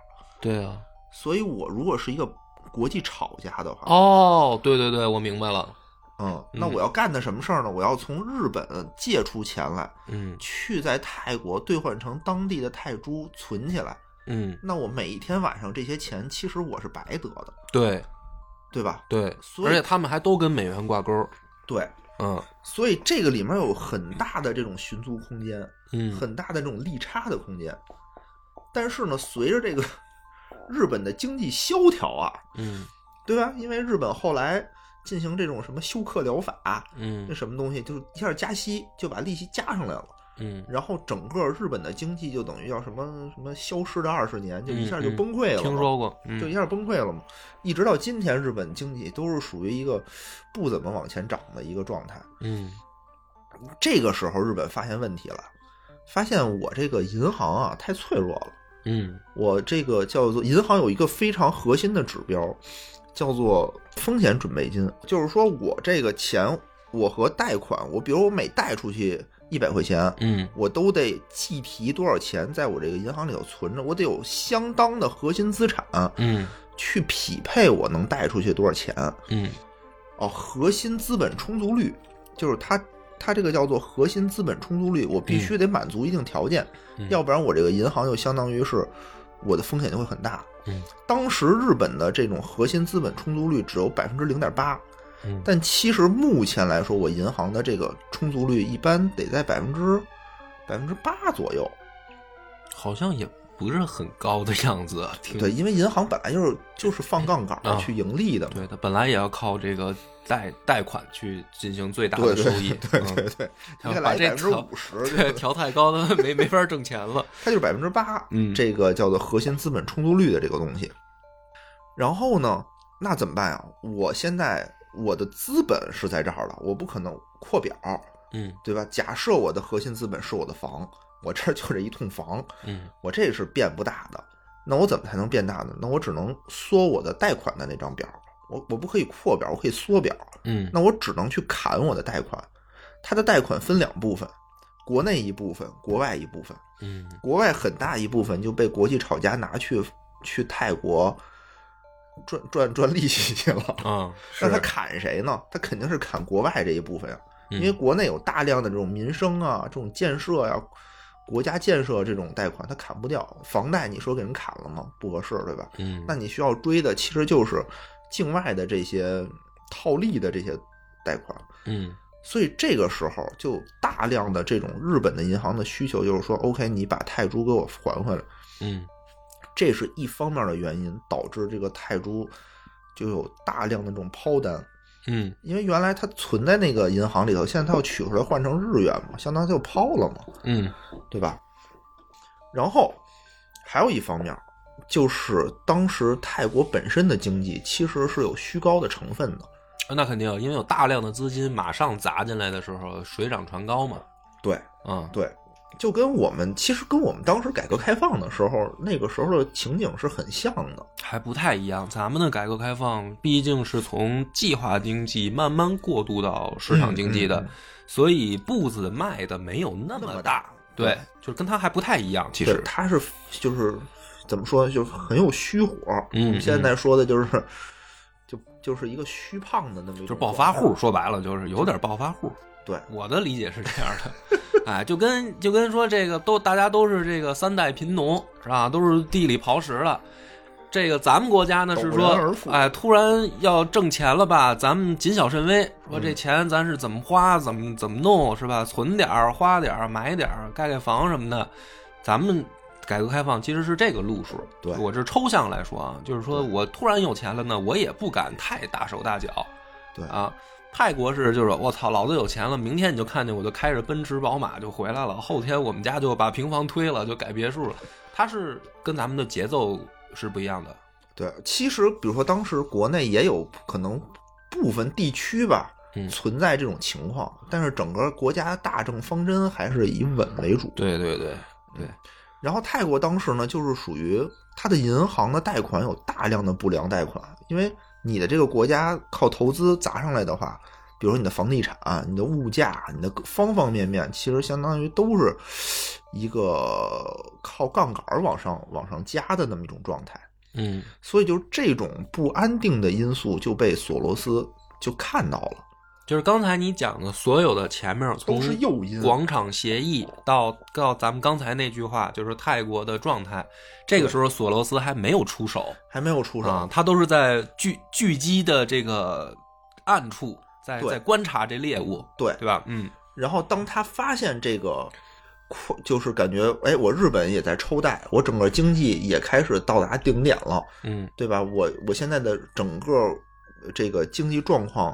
Speaker 1: 对啊，
Speaker 2: 所以我如果是一个国际炒家的话，
Speaker 1: 哦，对对对，我明白了，
Speaker 2: 嗯，那我要干的什么事儿呢？我要从日本借出钱来，
Speaker 1: 嗯
Speaker 2: 去在泰国兑换成当地的泰铢存起来。
Speaker 1: 嗯，
Speaker 2: 那我每一天晚上这些钱，其实我是白得的，
Speaker 1: 对
Speaker 2: 对吧？
Speaker 1: 对，
Speaker 2: 所以
Speaker 1: 而且他们还都跟美元挂钩，
Speaker 2: 对，
Speaker 1: 嗯
Speaker 2: 所以这个里面有很大的这种寻租空间，
Speaker 1: 嗯，
Speaker 2: 很大的这种利差的空间。但是呢，随着这个 日本的经济萧条啊，
Speaker 1: 嗯
Speaker 2: 对吧？因为日本后来进行这种什么休克疗法，那
Speaker 1: 嗯
Speaker 2: 什么东西，就是一下加息就把利息加上来了，
Speaker 1: 嗯，
Speaker 2: 然后整个日本的经济就等于叫什么什么消失的二十年，就一下就
Speaker 1: 嗯嗯
Speaker 2: 崩溃了嘛。
Speaker 1: 听说过，嗯
Speaker 2: 就一下崩溃了嘛。一直到今天，日本经济都是属于一个不怎么往前涨的一个状态。
Speaker 1: 嗯
Speaker 2: 这个时候，日本发现问题了，发现我这个银行啊太脆弱了。
Speaker 1: 嗯
Speaker 2: 我这个叫做银行有一个非常核心的指标，叫做风险准备金，就是说我这个钱，我和贷款，我比如我每贷出去一百块钱，
Speaker 1: 嗯
Speaker 2: 我都得计提多少钱在我这个银行里头存着，我得有相当的核心资产，
Speaker 1: 嗯
Speaker 2: 去匹配我能贷出去多少钱
Speaker 1: 嗯
Speaker 2: 哦。核心资本充足率就是它，它这个叫做核心资本充足率，我必须得满足一定条件，
Speaker 1: 嗯
Speaker 2: 要不然我这个银行就相当于是我的风险就会很大。
Speaker 1: 嗯
Speaker 2: 当时日本的这种核心资本充足率只有百分之零点八，
Speaker 1: 嗯
Speaker 2: 但其实目前来说，我银行的这个充足率一般得在百分之百分之八左右。
Speaker 1: 好像也不是很高的样子，啊，听
Speaker 2: 对，因为银行本来就是就是放杠杆
Speaker 1: 啊
Speaker 2: 去盈利的嘛。
Speaker 1: 对他本来也要靠这个贷贷款去进行最大的
Speaker 2: 对
Speaker 1: 收益，
Speaker 2: 对对对对，
Speaker 1: 嗯
Speaker 2: 应该
Speaker 1: 把
Speaker 2: 来
Speaker 1: 这
Speaker 2: 百分之
Speaker 1: 调
Speaker 2: 五十，
Speaker 1: 对，调太高他没没法挣钱了，
Speaker 2: 它就是百分之八，
Speaker 1: 嗯
Speaker 2: 这个叫做核心资本充足率的这个东西。然后呢，那怎么办呀？我现在我的资本是在这儿了，我不可能扩表，
Speaker 1: 嗯
Speaker 2: 对吧？假设我的核心资本是我的房，我这儿就这一通房，
Speaker 1: 嗯
Speaker 2: 我这是变不大的。那我怎么才能变大呢？那我只能缩我的贷款的那张表，我我不可以扩表，我可以缩表。
Speaker 1: 嗯
Speaker 2: 那我只能去砍我的贷款。它的贷款分两部分，国内一部分，国外一部分。
Speaker 1: 嗯
Speaker 2: 国外很大一部分就被国际炒家拿去去泰国赚赚赚利息去了。
Speaker 1: 啊，
Speaker 2: 那
Speaker 1: 是
Speaker 2: 他砍谁呢？他肯定是砍国外这一部分呀、啊
Speaker 1: 嗯
Speaker 2: 因为国内有大量的这种民生啊、这种建设呀、国家建设这种贷款，他砍不掉。房贷你说给人砍了吗？不合适，对吧？
Speaker 1: 嗯
Speaker 2: 那你需要追的其实就是境外的这些套利的这些贷款。
Speaker 1: 嗯
Speaker 2: 所以这个时候就大量的这种日本的银行的需求就是说，OK，你把泰铢给我还回来，
Speaker 1: 嗯
Speaker 2: 这是一方面的原因，导致这个泰铢就有大量的这种抛单，
Speaker 1: 嗯
Speaker 2: 因为原来它存在那个银行里头，现在它要取出来换成日元嘛，相当于就抛了嘛，
Speaker 1: 嗯
Speaker 2: 对吧？然后还有一方面就是当时泰国本身的经济其实是有虚高的成分的，
Speaker 1: 那肯定，因为有大量的资金马上砸进来的时候，水涨船高嘛，
Speaker 2: 对，
Speaker 1: 啊，
Speaker 2: 对，就跟我们其实跟我们当时改革开放的时候那个时候的情景是很像的。
Speaker 1: 还不太一样。咱们的改革开放毕竟是从计划经济慢慢过渡到市场经济的，
Speaker 2: 嗯嗯
Speaker 1: 所以步子迈的没有那
Speaker 2: 那么
Speaker 1: 么
Speaker 2: 大
Speaker 1: 对，
Speaker 2: 对
Speaker 1: 嗯就是跟它还不太一样。其
Speaker 2: 对
Speaker 1: 实，
Speaker 2: 它是就是怎么说呢，就是很有虚火。
Speaker 1: 嗯
Speaker 2: 现在说的就是就就是一个虚胖的那么一种
Speaker 1: 就是暴发
Speaker 2: 状态。
Speaker 1: 户，说白了就是有点暴发户。
Speaker 2: 对，
Speaker 1: 我的理解是这样的，哎，就跟就跟说这个都大家都是这个三代贫农是吧？都是地里刨食了。这个咱们国家呢是
Speaker 2: 陡然
Speaker 1: 说
Speaker 2: 而，富
Speaker 1: 哎，突然要挣钱了吧？咱们谨小慎微，说
Speaker 2: 嗯
Speaker 1: 这钱咱是怎么花，怎么怎么弄是吧？存点儿，花点儿，买点儿，盖盖房什么的。咱们改革开放其实是这个路数。
Speaker 2: 对
Speaker 1: 我这抽象来说啊，就是说我突然有钱了呢，我也不敢太大手大脚。
Speaker 2: 对
Speaker 1: 啊，泰国是就是我操，老子有钱了，明天你就看见我就开着奔驰宝马就回来了，后天我们家就把平房推了，就改别墅了。它是跟咱们的节奏是不一样的。
Speaker 2: 对，其实比如说当时国内也有可能部分地区吧。
Speaker 1: 嗯
Speaker 2: 存在这种情况，但是整个国家大政方针还是以稳为主。
Speaker 1: 对对对对，
Speaker 2: 然后泰国当时呢，就是属于它的银行的贷款有大量的不良贷款，因为你的这个国家靠投资砸上来的话，比如说你的房地产、啊你的物价、你的各方方面面，其实相当于都是一个靠杠杆儿往上往上加的那么一种状态。
Speaker 1: 嗯
Speaker 2: 所以就这种不安定的因素就被索罗斯就看到了，
Speaker 1: 就是刚才你讲的所有的前面从
Speaker 2: 都是诱因。
Speaker 1: 广场协议到到咱们刚才那句话，就是泰国的状态，这个时候索罗斯还没有出手
Speaker 2: 还没有出手，
Speaker 1: 啊，他都是在聚聚集的这个暗处，在
Speaker 2: 对
Speaker 1: 在观察这猎物，
Speaker 2: 对
Speaker 1: 对吧？嗯
Speaker 2: 然后当他发现这个，扩就是感觉哎，我日本也在抽贷，我整个经济也开始到达顶点了，
Speaker 1: 嗯
Speaker 2: 对吧？我我现在的整个呃这个经济状况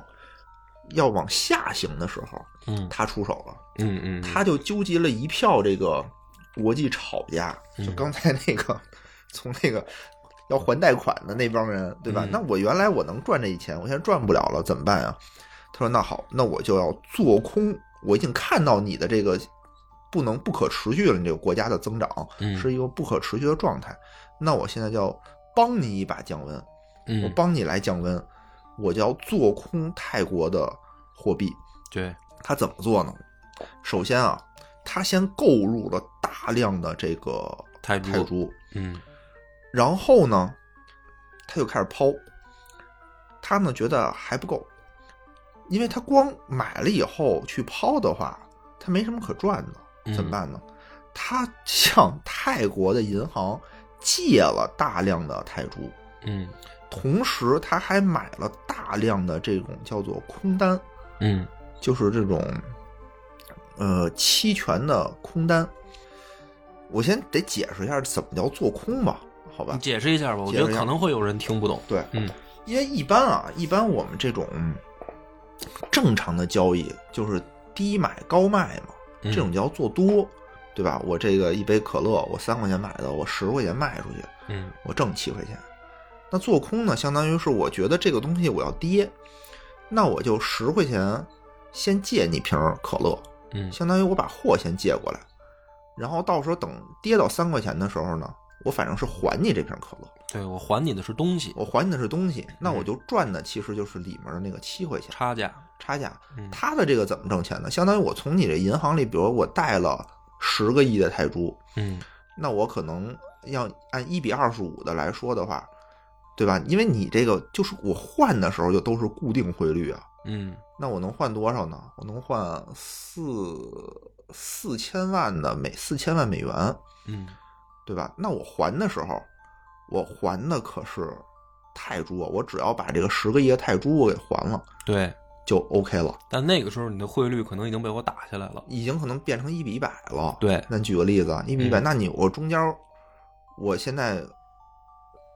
Speaker 2: 要往下行的时候，
Speaker 1: 嗯
Speaker 2: 他出手了，
Speaker 1: 嗯嗯，
Speaker 2: 他就纠集了一票这个国际炒家，
Speaker 1: 嗯
Speaker 2: 就刚才那个从那个。要还贷款的那帮人，对吧？
Speaker 1: 嗯
Speaker 2: 那我原来我能赚这一钱，我现在赚不了了，怎么办呀？啊他说：“那好，那我就要做空。我已经看到你的这个不能不可持续了，你这个国家的增长
Speaker 1: 嗯
Speaker 2: 是一个不可持续的状态。那我现在就要帮你一把降温，我
Speaker 1: 嗯
Speaker 2: 帮你来降温，我就要做空泰国的货币。
Speaker 1: 对，
Speaker 2: 他怎么做呢？首先啊，他先购入了大量的这个
Speaker 1: 泰铢
Speaker 2: 泰铢，
Speaker 1: 嗯
Speaker 2: 然后呢，他就开始抛。他呢觉得还不够，因为他光买了以后去抛的话，他没什么可赚的，
Speaker 1: 嗯
Speaker 2: 怎么办呢？他向泰国的银行借了大量的泰铢，
Speaker 1: 嗯
Speaker 2: 同时他还买了大量的这种叫做空单，
Speaker 1: 嗯
Speaker 2: 就是这种呃期权的空单。我先得解释一下怎么叫做空吧，好吧
Speaker 1: 你？解释一下吧，我觉
Speaker 2: 解释
Speaker 1: 得
Speaker 2: 一下
Speaker 1: 可能会有人听不懂，
Speaker 2: 对，
Speaker 1: 嗯
Speaker 2: 因为一般啊，一般我们这种正常的交易就是低买高卖嘛，
Speaker 1: 嗯
Speaker 2: 这种叫做多，对吧？我这个一杯可乐，我三块钱买的，我十块钱卖出去，
Speaker 1: 嗯
Speaker 2: 我挣七块钱。那做空呢，相当于是我觉得这个东西我要跌，那我就十块钱先借你瓶儿可乐，
Speaker 1: 嗯
Speaker 2: 相当于我把货先借过来，然后到时候等跌到三块钱的时候呢，我反正是还你这瓶可乐。
Speaker 1: 对我还你的是东西
Speaker 2: 我还你的是东西，那我就赚的其实就是里面的那个七块钱
Speaker 1: 差价，
Speaker 2: 差价
Speaker 1: 嗯。
Speaker 2: 他的这个怎么挣钱呢？相当于我从你这银行里，比如我贷了十个亿的泰铢，
Speaker 1: 嗯
Speaker 2: 那我可能要按一比二十五的来说的话，对吧？因为你这个就是我换的时候就都是固定汇率啊，
Speaker 1: 嗯
Speaker 2: 那我能换多少呢？我能换四四千万的美四千万美元，
Speaker 1: 嗯
Speaker 2: 对吧？那我还的时候，我还的可是泰铢啊，我只要把这个十个亿的泰铢我给还了，
Speaker 1: 对，
Speaker 2: 就 OK 了，
Speaker 1: 但那个时候你的汇率可能已经被我打下来了，
Speaker 2: 已经可能变成一比一百了。，
Speaker 1: 对，
Speaker 2: 那举个例子啊，一比一百、
Speaker 1: 嗯
Speaker 2: 那你我中间我现在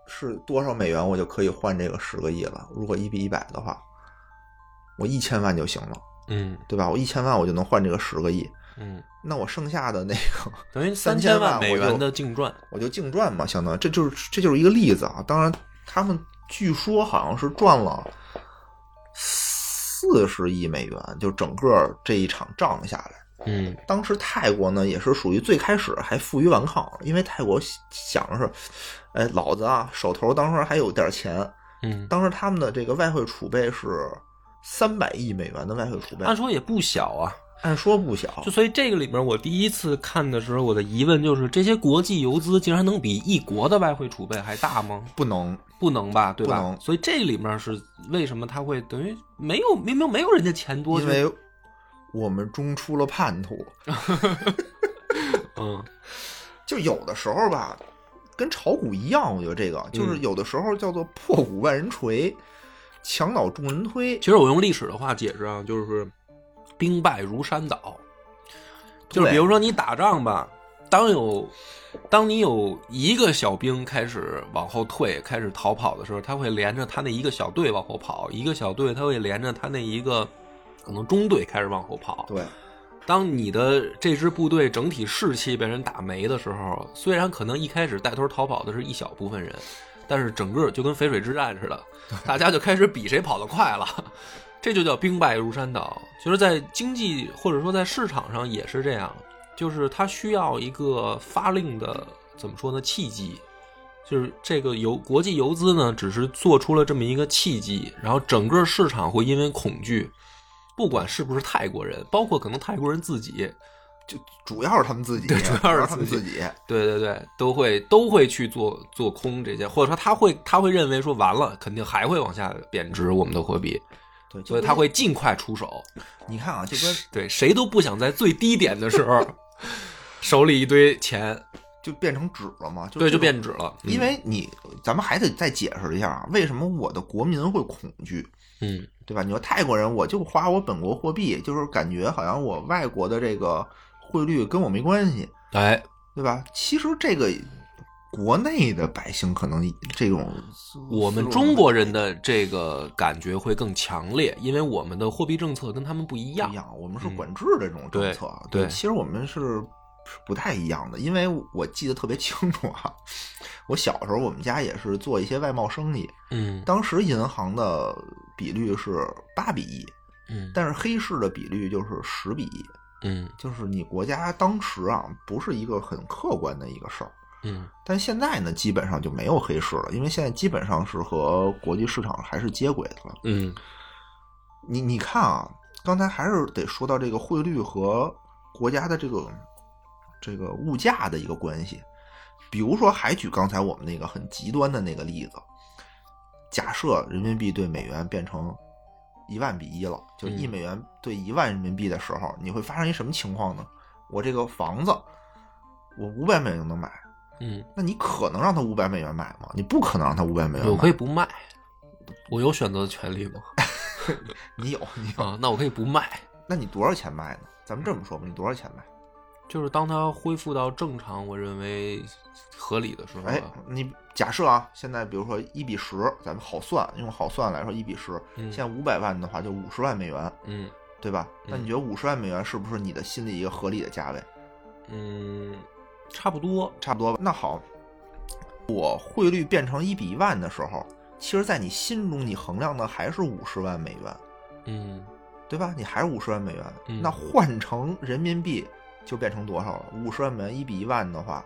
Speaker 2: 是多少美元，我就可以换这个十个亿了？如果一比一百的话，我一千万就行了，
Speaker 1: 嗯
Speaker 2: 对吧？我一千万我就能换这个十个亿，
Speaker 1: 嗯，
Speaker 2: 那我剩下的那个。
Speaker 1: 等于
Speaker 2: 三
Speaker 1: 千
Speaker 2: 千万
Speaker 1: 美
Speaker 2: 我就
Speaker 1: 元的净赚，
Speaker 2: 我就净赚嘛，相当于这就是这就是一个例子啊。当然，他们据说好像是赚了四十亿美元，就整个这一场仗下来。
Speaker 1: 嗯
Speaker 2: 当时泰国呢也是属于最开始还负隅顽抗，因为泰国想着是，哎，老子啊手头当时还有点钱，
Speaker 1: 嗯，
Speaker 2: 当时他们的这个外汇储备是三百亿美元的外汇储备，
Speaker 1: 按说也不小啊，
Speaker 2: 按说不小
Speaker 1: 就，所以这个里面，我第一次看的时候，我的疑问就是，这些国际游资竟然能比一国的外汇储备还大吗？
Speaker 2: 不能
Speaker 1: 不能吧，对
Speaker 2: 不
Speaker 1: 吧？
Speaker 2: 能
Speaker 1: 所以这里面是为什么他会等于没有明明没有人家钱多，
Speaker 2: 因
Speaker 1: 就
Speaker 2: 为我们中出了叛徒。
Speaker 1: 嗯
Speaker 2: 就有的时候吧，跟炒股一样，我觉得这个
Speaker 1: 嗯
Speaker 2: 就是有的时候叫做破鼓万人锤，墙倒众人推
Speaker 1: 其。实我用历史的话解释啊，就是兵败如山倒，就是
Speaker 2: 对
Speaker 1: 比如说你打仗吧，当有当你有一个小兵开始往后退，开始逃跑的时候，他会连着他那一个小队往后跑，一个小队他会连着他那一个可能中队开始往后跑。
Speaker 2: 对，
Speaker 1: 当你的这支部队整体士气被人打没的时候，虽然可能一开始带头逃跑的是一小部分人，但是整个就跟淝水之战似的，大家就开始比谁跑得快了， 这就叫兵败如山倒。其实，在经济或者说在市场上也是这样，就是它需要一个发令的怎么说呢契机，就是这个游国际游资呢，只是做出了这么一个契机，然后整个市场会因为恐惧不管是不是泰国人，包括可能泰国人自己，
Speaker 2: 就主要是他们自己，
Speaker 1: 对
Speaker 2: 主
Speaker 1: 主
Speaker 2: 要
Speaker 1: 要
Speaker 2: 是
Speaker 1: 是
Speaker 2: 他们
Speaker 1: 自己
Speaker 2: 己。
Speaker 1: 对对对，都会都会去做做空这些，或者说他会他会认为说完了，肯定还会往下贬值我们的货币，
Speaker 2: 对，就
Speaker 1: 所以
Speaker 2: 跟
Speaker 1: 他会尽快出手。
Speaker 2: 你看啊，就跟
Speaker 1: 对，谁都不想在最低点的时 候手里一堆钱，
Speaker 2: 就变成纸了嘛，就
Speaker 1: 对，就
Speaker 2: 这种
Speaker 1: 变质了。嗯
Speaker 2: 因为你，咱们还得再解释一下啊，为什么我的国民会恐惧，
Speaker 1: 嗯，
Speaker 2: 对吧？你说泰国人，我就花我本国货币，就是感觉好像我外国的这个汇率跟我没关系，
Speaker 1: 哎，
Speaker 2: 对吧？其实这个国内的百姓可能这种思路，
Speaker 1: 我们中国人的这个感觉会更强烈，因为我们的货币政策跟他们不一
Speaker 2: 不
Speaker 1: 样
Speaker 2: 一。样，我们是
Speaker 1: 嗯
Speaker 2: 管制的这种政策，啊
Speaker 1: 对对
Speaker 2: 其实我们是是不太一样的，因为我记得特别清楚啊，我小时候我们家也是做一些外贸生意，
Speaker 1: 嗯
Speaker 2: 当时银行的比率是八比一。
Speaker 1: 嗯
Speaker 2: 但是黑市的比率就是十比一，
Speaker 1: 嗯
Speaker 2: 就是你国家当时啊不是一个很客观的一个事儿。
Speaker 1: 嗯
Speaker 2: 但现在呢，基本上就没有黑市了，因为现在基本上是和国际市场还是接轨的了。
Speaker 1: 嗯
Speaker 2: 你你看啊，刚才还是得说到这个汇率和国家的这个这个物价的一个关系。比如说，还举刚才我们那个很极端的那个例子，假设人民币对美元变成一万比一了，就一
Speaker 1: 嗯
Speaker 2: 美元对一万人民币的时候，你会发生一什么情况呢？我这个房子，我五百美元就能买，
Speaker 1: 嗯，
Speaker 2: 那你可能让他五百美元买吗？你不可能让他五百美元买。
Speaker 1: 我可以不卖，我有选择的权 利吗？
Speaker 2: 你有你有，
Speaker 1: 啊，那我可以不卖。
Speaker 2: 那你多少钱卖呢？咱们这么说吧，你多少钱卖？
Speaker 1: 嗯就是当它恢复到正常，我认为合理的时候啊吧，
Speaker 2: 哎，你假设啊，现在比如说一比十，咱们好算，用好算来说一比十、
Speaker 1: 嗯
Speaker 2: 现在五百万的话就五十万美元，
Speaker 1: 嗯
Speaker 2: 对吧？那
Speaker 1: 嗯
Speaker 2: 你觉得五十万美元是不是你的心里一个合理的价位？
Speaker 1: 嗯，差不多，
Speaker 2: 差不多吧。那好，我汇率变成一比一万的时候，其实在你心中你衡量的还是五十万美元，
Speaker 1: 嗯
Speaker 2: 对吧？你还是五十万美元。
Speaker 1: 嗯
Speaker 2: 那换成人民币就变成多少了？五十万美元一比一万的话，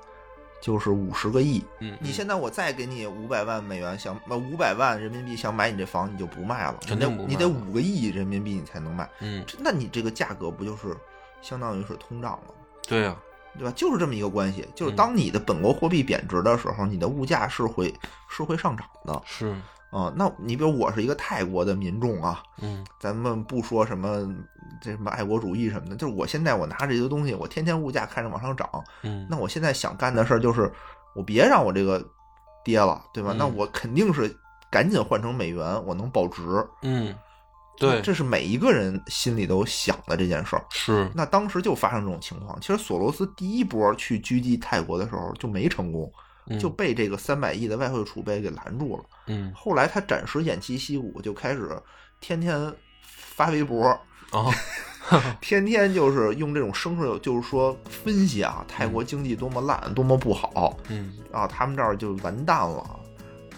Speaker 2: 就是五十个亿。
Speaker 1: 嗯，
Speaker 2: 你
Speaker 1: 嗯
Speaker 2: 现在我再给你五百万美元想，呃五百万人民币想买你这房，你就不卖了，
Speaker 1: 肯定不卖
Speaker 2: 你得五个亿人民币你才能卖，
Speaker 1: 嗯，
Speaker 2: 这那你这个价格不就是相当于是通胀了吗？
Speaker 1: 对啊呀、
Speaker 2: 对吧？就是这么一个关系，就是
Speaker 1: 嗯
Speaker 2: 当你的本国货币贬值的时候，你的物价是会是会上涨的啊、
Speaker 1: 是，
Speaker 2: 那你比如我是一个泰国的民众啊，
Speaker 1: 嗯
Speaker 2: 咱们不说什么这什么爱国主义什么的，就是我现在我拿着这些东西，我天天物价看着往上涨，
Speaker 1: 嗯，
Speaker 2: 那我现在想干的事儿就是，我别让我这个跌了，对吧？
Speaker 1: 嗯
Speaker 2: 那我肯定是赶紧换成美元，我能保值。
Speaker 1: 嗯，对，
Speaker 2: 这是每一个人心里都想的这件事儿。
Speaker 1: 是，
Speaker 2: 那当时就发生这种情况。其实索罗斯第一波去狙击泰国的时候就没成功，
Speaker 1: 嗯
Speaker 2: 就被这个三百亿的外汇储备给拦住了。
Speaker 1: 嗯
Speaker 2: 后来他暂时偃旗息鼓，就开始天天发微博，
Speaker 1: 哦，
Speaker 2: 天天就是用这种声势，就是说分析啊，泰国经济多么烂，多么不好。
Speaker 1: 嗯
Speaker 2: 啊，他们这儿就完蛋了，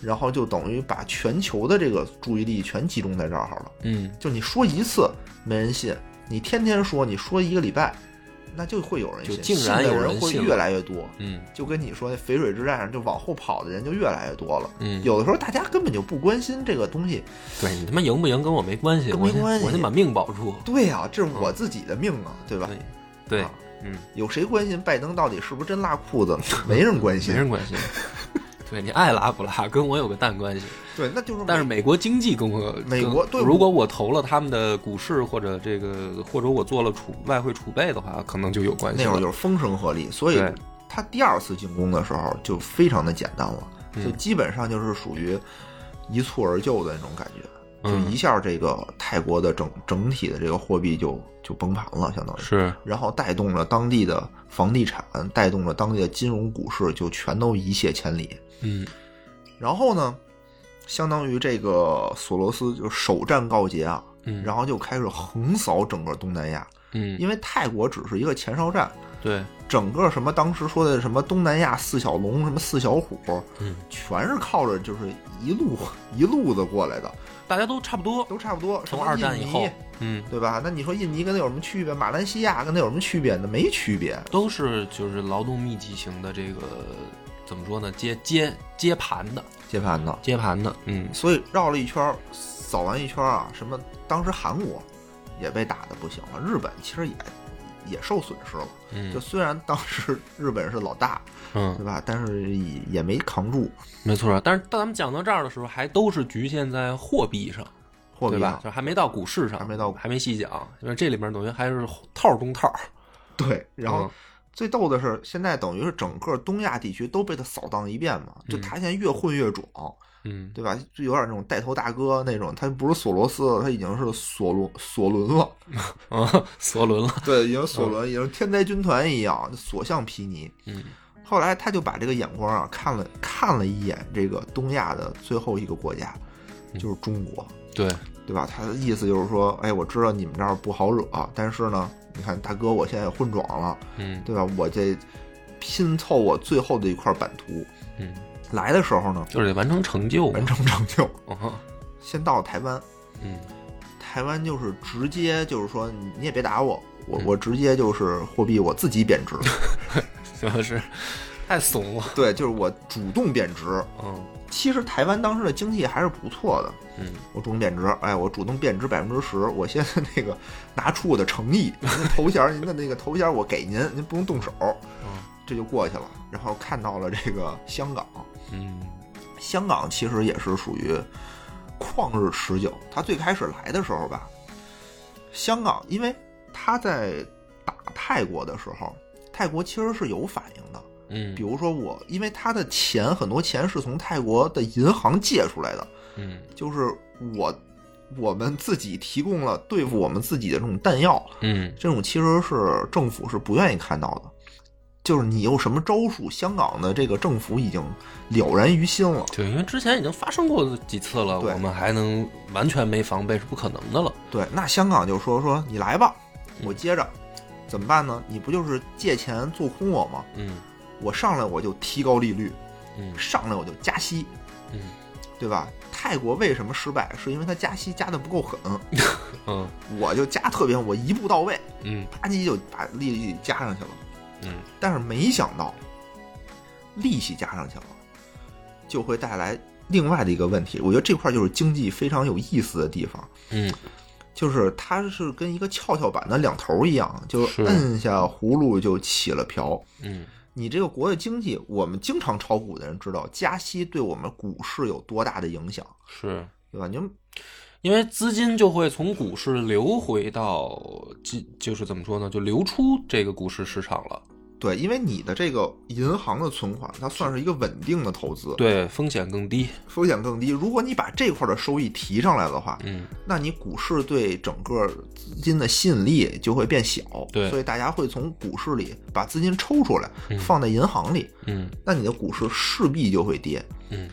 Speaker 2: 然后就等于把全球的这个注意力全集中在这儿了。
Speaker 1: 嗯
Speaker 2: 就你说一次没人信，你天天说，你说一个礼拜，那就会有人
Speaker 1: 就
Speaker 2: 信，
Speaker 1: 竟然
Speaker 2: 信的
Speaker 1: 有
Speaker 2: 人
Speaker 1: 人
Speaker 2: 会
Speaker 1: 信
Speaker 2: 越
Speaker 1: 了
Speaker 2: 来越多。
Speaker 1: 嗯
Speaker 2: 就跟你说，那淝水之战上就往后跑的人就越来越多了。
Speaker 1: 嗯，
Speaker 2: 有的时候大家根本就不关心这个东西。
Speaker 1: 对你他妈赢不赢跟我没关系，
Speaker 2: 跟
Speaker 1: 我
Speaker 2: 没
Speaker 1: 先
Speaker 2: 关系
Speaker 1: 我先把命保住，
Speaker 2: 对呀、这是
Speaker 1: 嗯
Speaker 2: 我自己的命啊，对吧？
Speaker 1: 对对
Speaker 2: 啊，
Speaker 1: 嗯，
Speaker 2: 有谁关心拜登到底是不是真拉裤子？没人关
Speaker 1: 没
Speaker 2: 心。
Speaker 1: 人关心。对你爱拉不拉，跟我有个蛋关系。
Speaker 2: 对，那就是
Speaker 1: 但是美国经济跟我，
Speaker 2: 美
Speaker 1: 跟
Speaker 2: 国对
Speaker 1: 如果我投了他们的股市或者这个，或者我做了储外汇储备的话，可能就有关系
Speaker 2: 那会儿
Speaker 1: 了。
Speaker 2: 就是风声鹤唳，所以
Speaker 1: 对
Speaker 2: 他第二次进攻的时候就非常的简单了，
Speaker 1: 嗯
Speaker 2: 就基本上就是属于一蹴而就的那种感觉，
Speaker 1: 嗯
Speaker 2: 就一下这个泰国的整整体的这个货币就就崩盘了，相当于，
Speaker 1: 是，
Speaker 2: 然后带动了当地的房地产，带动了当地的金融股市，就全都一泻千里。
Speaker 1: 嗯
Speaker 2: 然后呢，相当于这个索罗斯就首战告捷啊，
Speaker 1: 嗯，
Speaker 2: 然后就开始横扫整个东南亚，
Speaker 1: 嗯，
Speaker 2: 因为泰国只是一个前哨站。
Speaker 1: 对，
Speaker 2: 整个什么当时说的什么东南亚四小龙，什么四小虎，
Speaker 1: 嗯，
Speaker 2: 全是靠着就是一路一路子过来的，
Speaker 1: 大家都差不多。
Speaker 2: 都差不多。什
Speaker 1: 从
Speaker 2: 么
Speaker 1: 二战
Speaker 2: 印
Speaker 1: 以
Speaker 2: 尼
Speaker 1: 后，嗯，
Speaker 2: 对吧？那你说印尼跟它有什么区别？马来西亚跟它有什么区别呢？没区别。
Speaker 1: 都是就是劳动密集型的这个怎么说呢？接接接盘的，
Speaker 2: 接盘的，
Speaker 1: 接盘的，嗯
Speaker 2: 所以绕了一圈儿，扫完一圈儿啊，什么当时韩国也被打的不行了。日本其实也也受损失了，
Speaker 1: 嗯
Speaker 2: 就虽然当时日本是老大，
Speaker 1: 嗯，
Speaker 2: 对吧？但是也也没扛住
Speaker 1: 没错。但是当咱们讲到这儿的时候，还都是局限在货币上，
Speaker 2: 货币
Speaker 1: 对吧？
Speaker 2: 上，
Speaker 1: 就还没到股市上，
Speaker 2: 啊还没到
Speaker 1: 还没细讲，因为这里面等于还是套中套。
Speaker 2: 对。然后
Speaker 1: 嗯
Speaker 2: 最逗的是，现在等于是整个东亚地区都被他扫荡一遍嘛，就他现在越混越壮，
Speaker 1: 嗯，
Speaker 2: 对吧？就有点那种带头大哥那种，他不是索罗斯了，他已经是索伦索伦了， 嗯
Speaker 1: 啊，索伦了，
Speaker 2: 对，已经索伦，已经天灾军团一样，所向披靡。
Speaker 1: 嗯
Speaker 2: 后来他就把这个眼光啊看了看了一眼这个东亚的最后一个国家，就是中国，
Speaker 1: 对，
Speaker 2: 对吧？他的意思就是说，哎，我知道你们这儿不好惹，但是呢，你看大哥，我现在也混壮了，
Speaker 1: 嗯
Speaker 2: 对吧？我这拼凑我最后的一块版图，
Speaker 1: 嗯，
Speaker 2: 来的时候呢，
Speaker 1: 就是得完成成就
Speaker 2: 完
Speaker 1: 嘛。
Speaker 2: 成成就，
Speaker 1: 啊，
Speaker 2: 先到台湾，
Speaker 1: 嗯
Speaker 2: 台湾就是直接就是说，你你也别打我，我
Speaker 1: 嗯
Speaker 2: 我直接就是货币我自己贬值，
Speaker 1: 主要是太怂了。
Speaker 2: 对，就是我主动贬值。
Speaker 1: 嗯
Speaker 2: 其实台湾当时的经济还是不错的，
Speaker 1: 嗯，
Speaker 2: 我主动贬值，哎，我主动贬值百分之十，我现在那个拿出我的诚意，您的头衔儿，您的那个头衔儿我给您，您不用动手，这就过去了。然后看到了这个香港，
Speaker 1: 嗯
Speaker 2: 香港其实也是属于旷日持久。他最开始来的时候吧，香港因为他在打泰国的时候，泰国其实是有反应的。
Speaker 1: 嗯
Speaker 2: 比如说我，因为他的钱很多钱是从泰国的银行借出来的，
Speaker 1: 嗯
Speaker 2: 就是我我们自己提供了对付我们自己的这种弹药，
Speaker 1: 嗯
Speaker 2: 这种其实是政府是不愿意看到的。就是你有什么招数，香港的这个政府已经了然于心了。
Speaker 1: 对，因为之前已经发生过几次了，
Speaker 2: 对
Speaker 1: 我们还能完全没防备是不可能的了。
Speaker 2: 对，那香港就说说你来吧，
Speaker 1: 嗯
Speaker 2: 我接着，怎么办呢？你不就是借钱做空我吗？
Speaker 1: 嗯
Speaker 2: 我上来我就提高利率，
Speaker 1: 嗯
Speaker 2: 上来我就加息，
Speaker 1: 嗯
Speaker 2: 对吧？泰国为什么失败？是因为它加息加的不够狠，
Speaker 1: 嗯
Speaker 2: 我就加特别狠，我一步到位，
Speaker 1: 嗯
Speaker 2: 啪叽就把利率加上去了。
Speaker 1: 嗯
Speaker 2: 但是没想到，利息加上去了，就会带来另外的一个问题。我觉得这块就是经济非常有意思的地方。
Speaker 1: 嗯
Speaker 2: 就是它是跟一个跷跷板的两头一样，就是摁下葫芦就起了瓢。
Speaker 1: 嗯
Speaker 2: 你这个国的经济，我们经常炒股的人知道，加息对我们股市有多大的影响，
Speaker 1: 是。
Speaker 2: 对吧？你们
Speaker 1: 因为资金就会从股市流回到，就就是怎么说呢，就流出这个股市市场了。
Speaker 2: 对，因为你的这个银行的存款，它算是一个稳定的投资，
Speaker 1: 对，风险更低。
Speaker 2: 风险更低。如果你把这块的收益提上来的话，
Speaker 1: 嗯
Speaker 2: 那你股市对整个资金的吸引力就会变小，
Speaker 1: 对
Speaker 2: 所以大家会从股市里把资金抽出来，放在银行里，
Speaker 1: 嗯
Speaker 2: 那你的股市势必就会跌。
Speaker 1: 嗯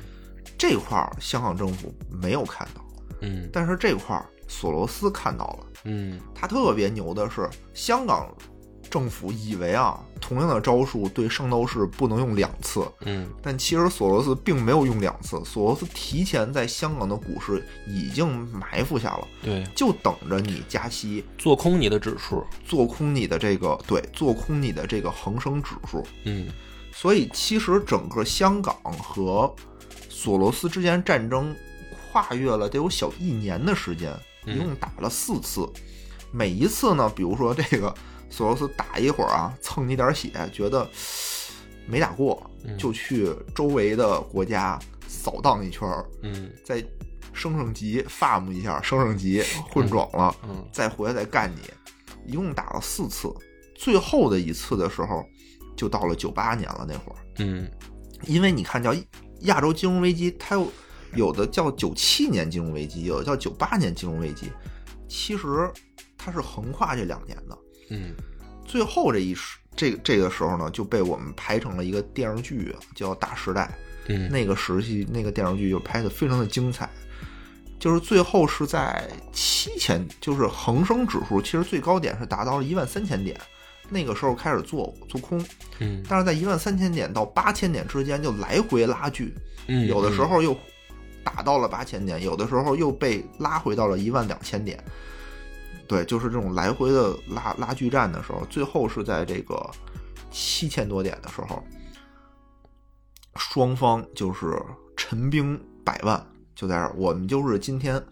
Speaker 2: 这块儿香港政府没有看到，
Speaker 1: 嗯
Speaker 2: 但是这块儿索罗斯看到了。
Speaker 1: 嗯
Speaker 2: 他特别牛的是，香港政府以为啊，同样的招数对圣斗士不能用两次，
Speaker 1: 嗯
Speaker 2: 但其实索罗斯并没有用两次，索罗斯提前在香港的股市已经埋伏下了，
Speaker 1: 对，
Speaker 2: 就等着你加息
Speaker 1: 做空你的指数。
Speaker 2: 做空你的这个对，做空你的这个恒生指数。
Speaker 1: 嗯
Speaker 2: 所以其实整个香港和索罗斯之间战争跨越了得有小一年的时间，
Speaker 1: 嗯
Speaker 2: 一共打了四次。每一次呢，比如说这个索罗斯打一会儿啊，蹭你点血，觉得嘶没打过，
Speaker 1: 嗯
Speaker 2: 就去周围的国家扫荡一圈儿，
Speaker 1: 嗯
Speaker 2: 再升升级，farm 一下，升升级，混壮了。
Speaker 1: 嗯
Speaker 2: 再回来再干你，一共打了四次，最后的一次的时候就到了九八年了那会儿，
Speaker 1: 嗯
Speaker 2: 因为你看叫亚洲金融危机，它有有的叫九七年金融危机，有的叫九八年金融危机，其实它是横跨这两年的，
Speaker 1: 嗯
Speaker 2: 最后这一时。这这个时候呢，就被我们拍成了一个电视剧，叫《大时代》。
Speaker 1: 嗯，
Speaker 2: 那个时期那个电视剧就拍的非常的精彩，就是最后是在七千，就是恒生指数其实最高点是达到了一万三千点，那个时候开始做做空，
Speaker 1: 嗯
Speaker 2: 但是在一万三千点到八千点之间就来回拉锯，
Speaker 1: 嗯
Speaker 2: 有的时候又打到了八千点，有的时候又被拉回到了一万两千点。对，就是这种来回的拉拉锯战的时候，最后是在这个七千多点的时候，双方就是陈兵百万，就在这儿，我们就是今天，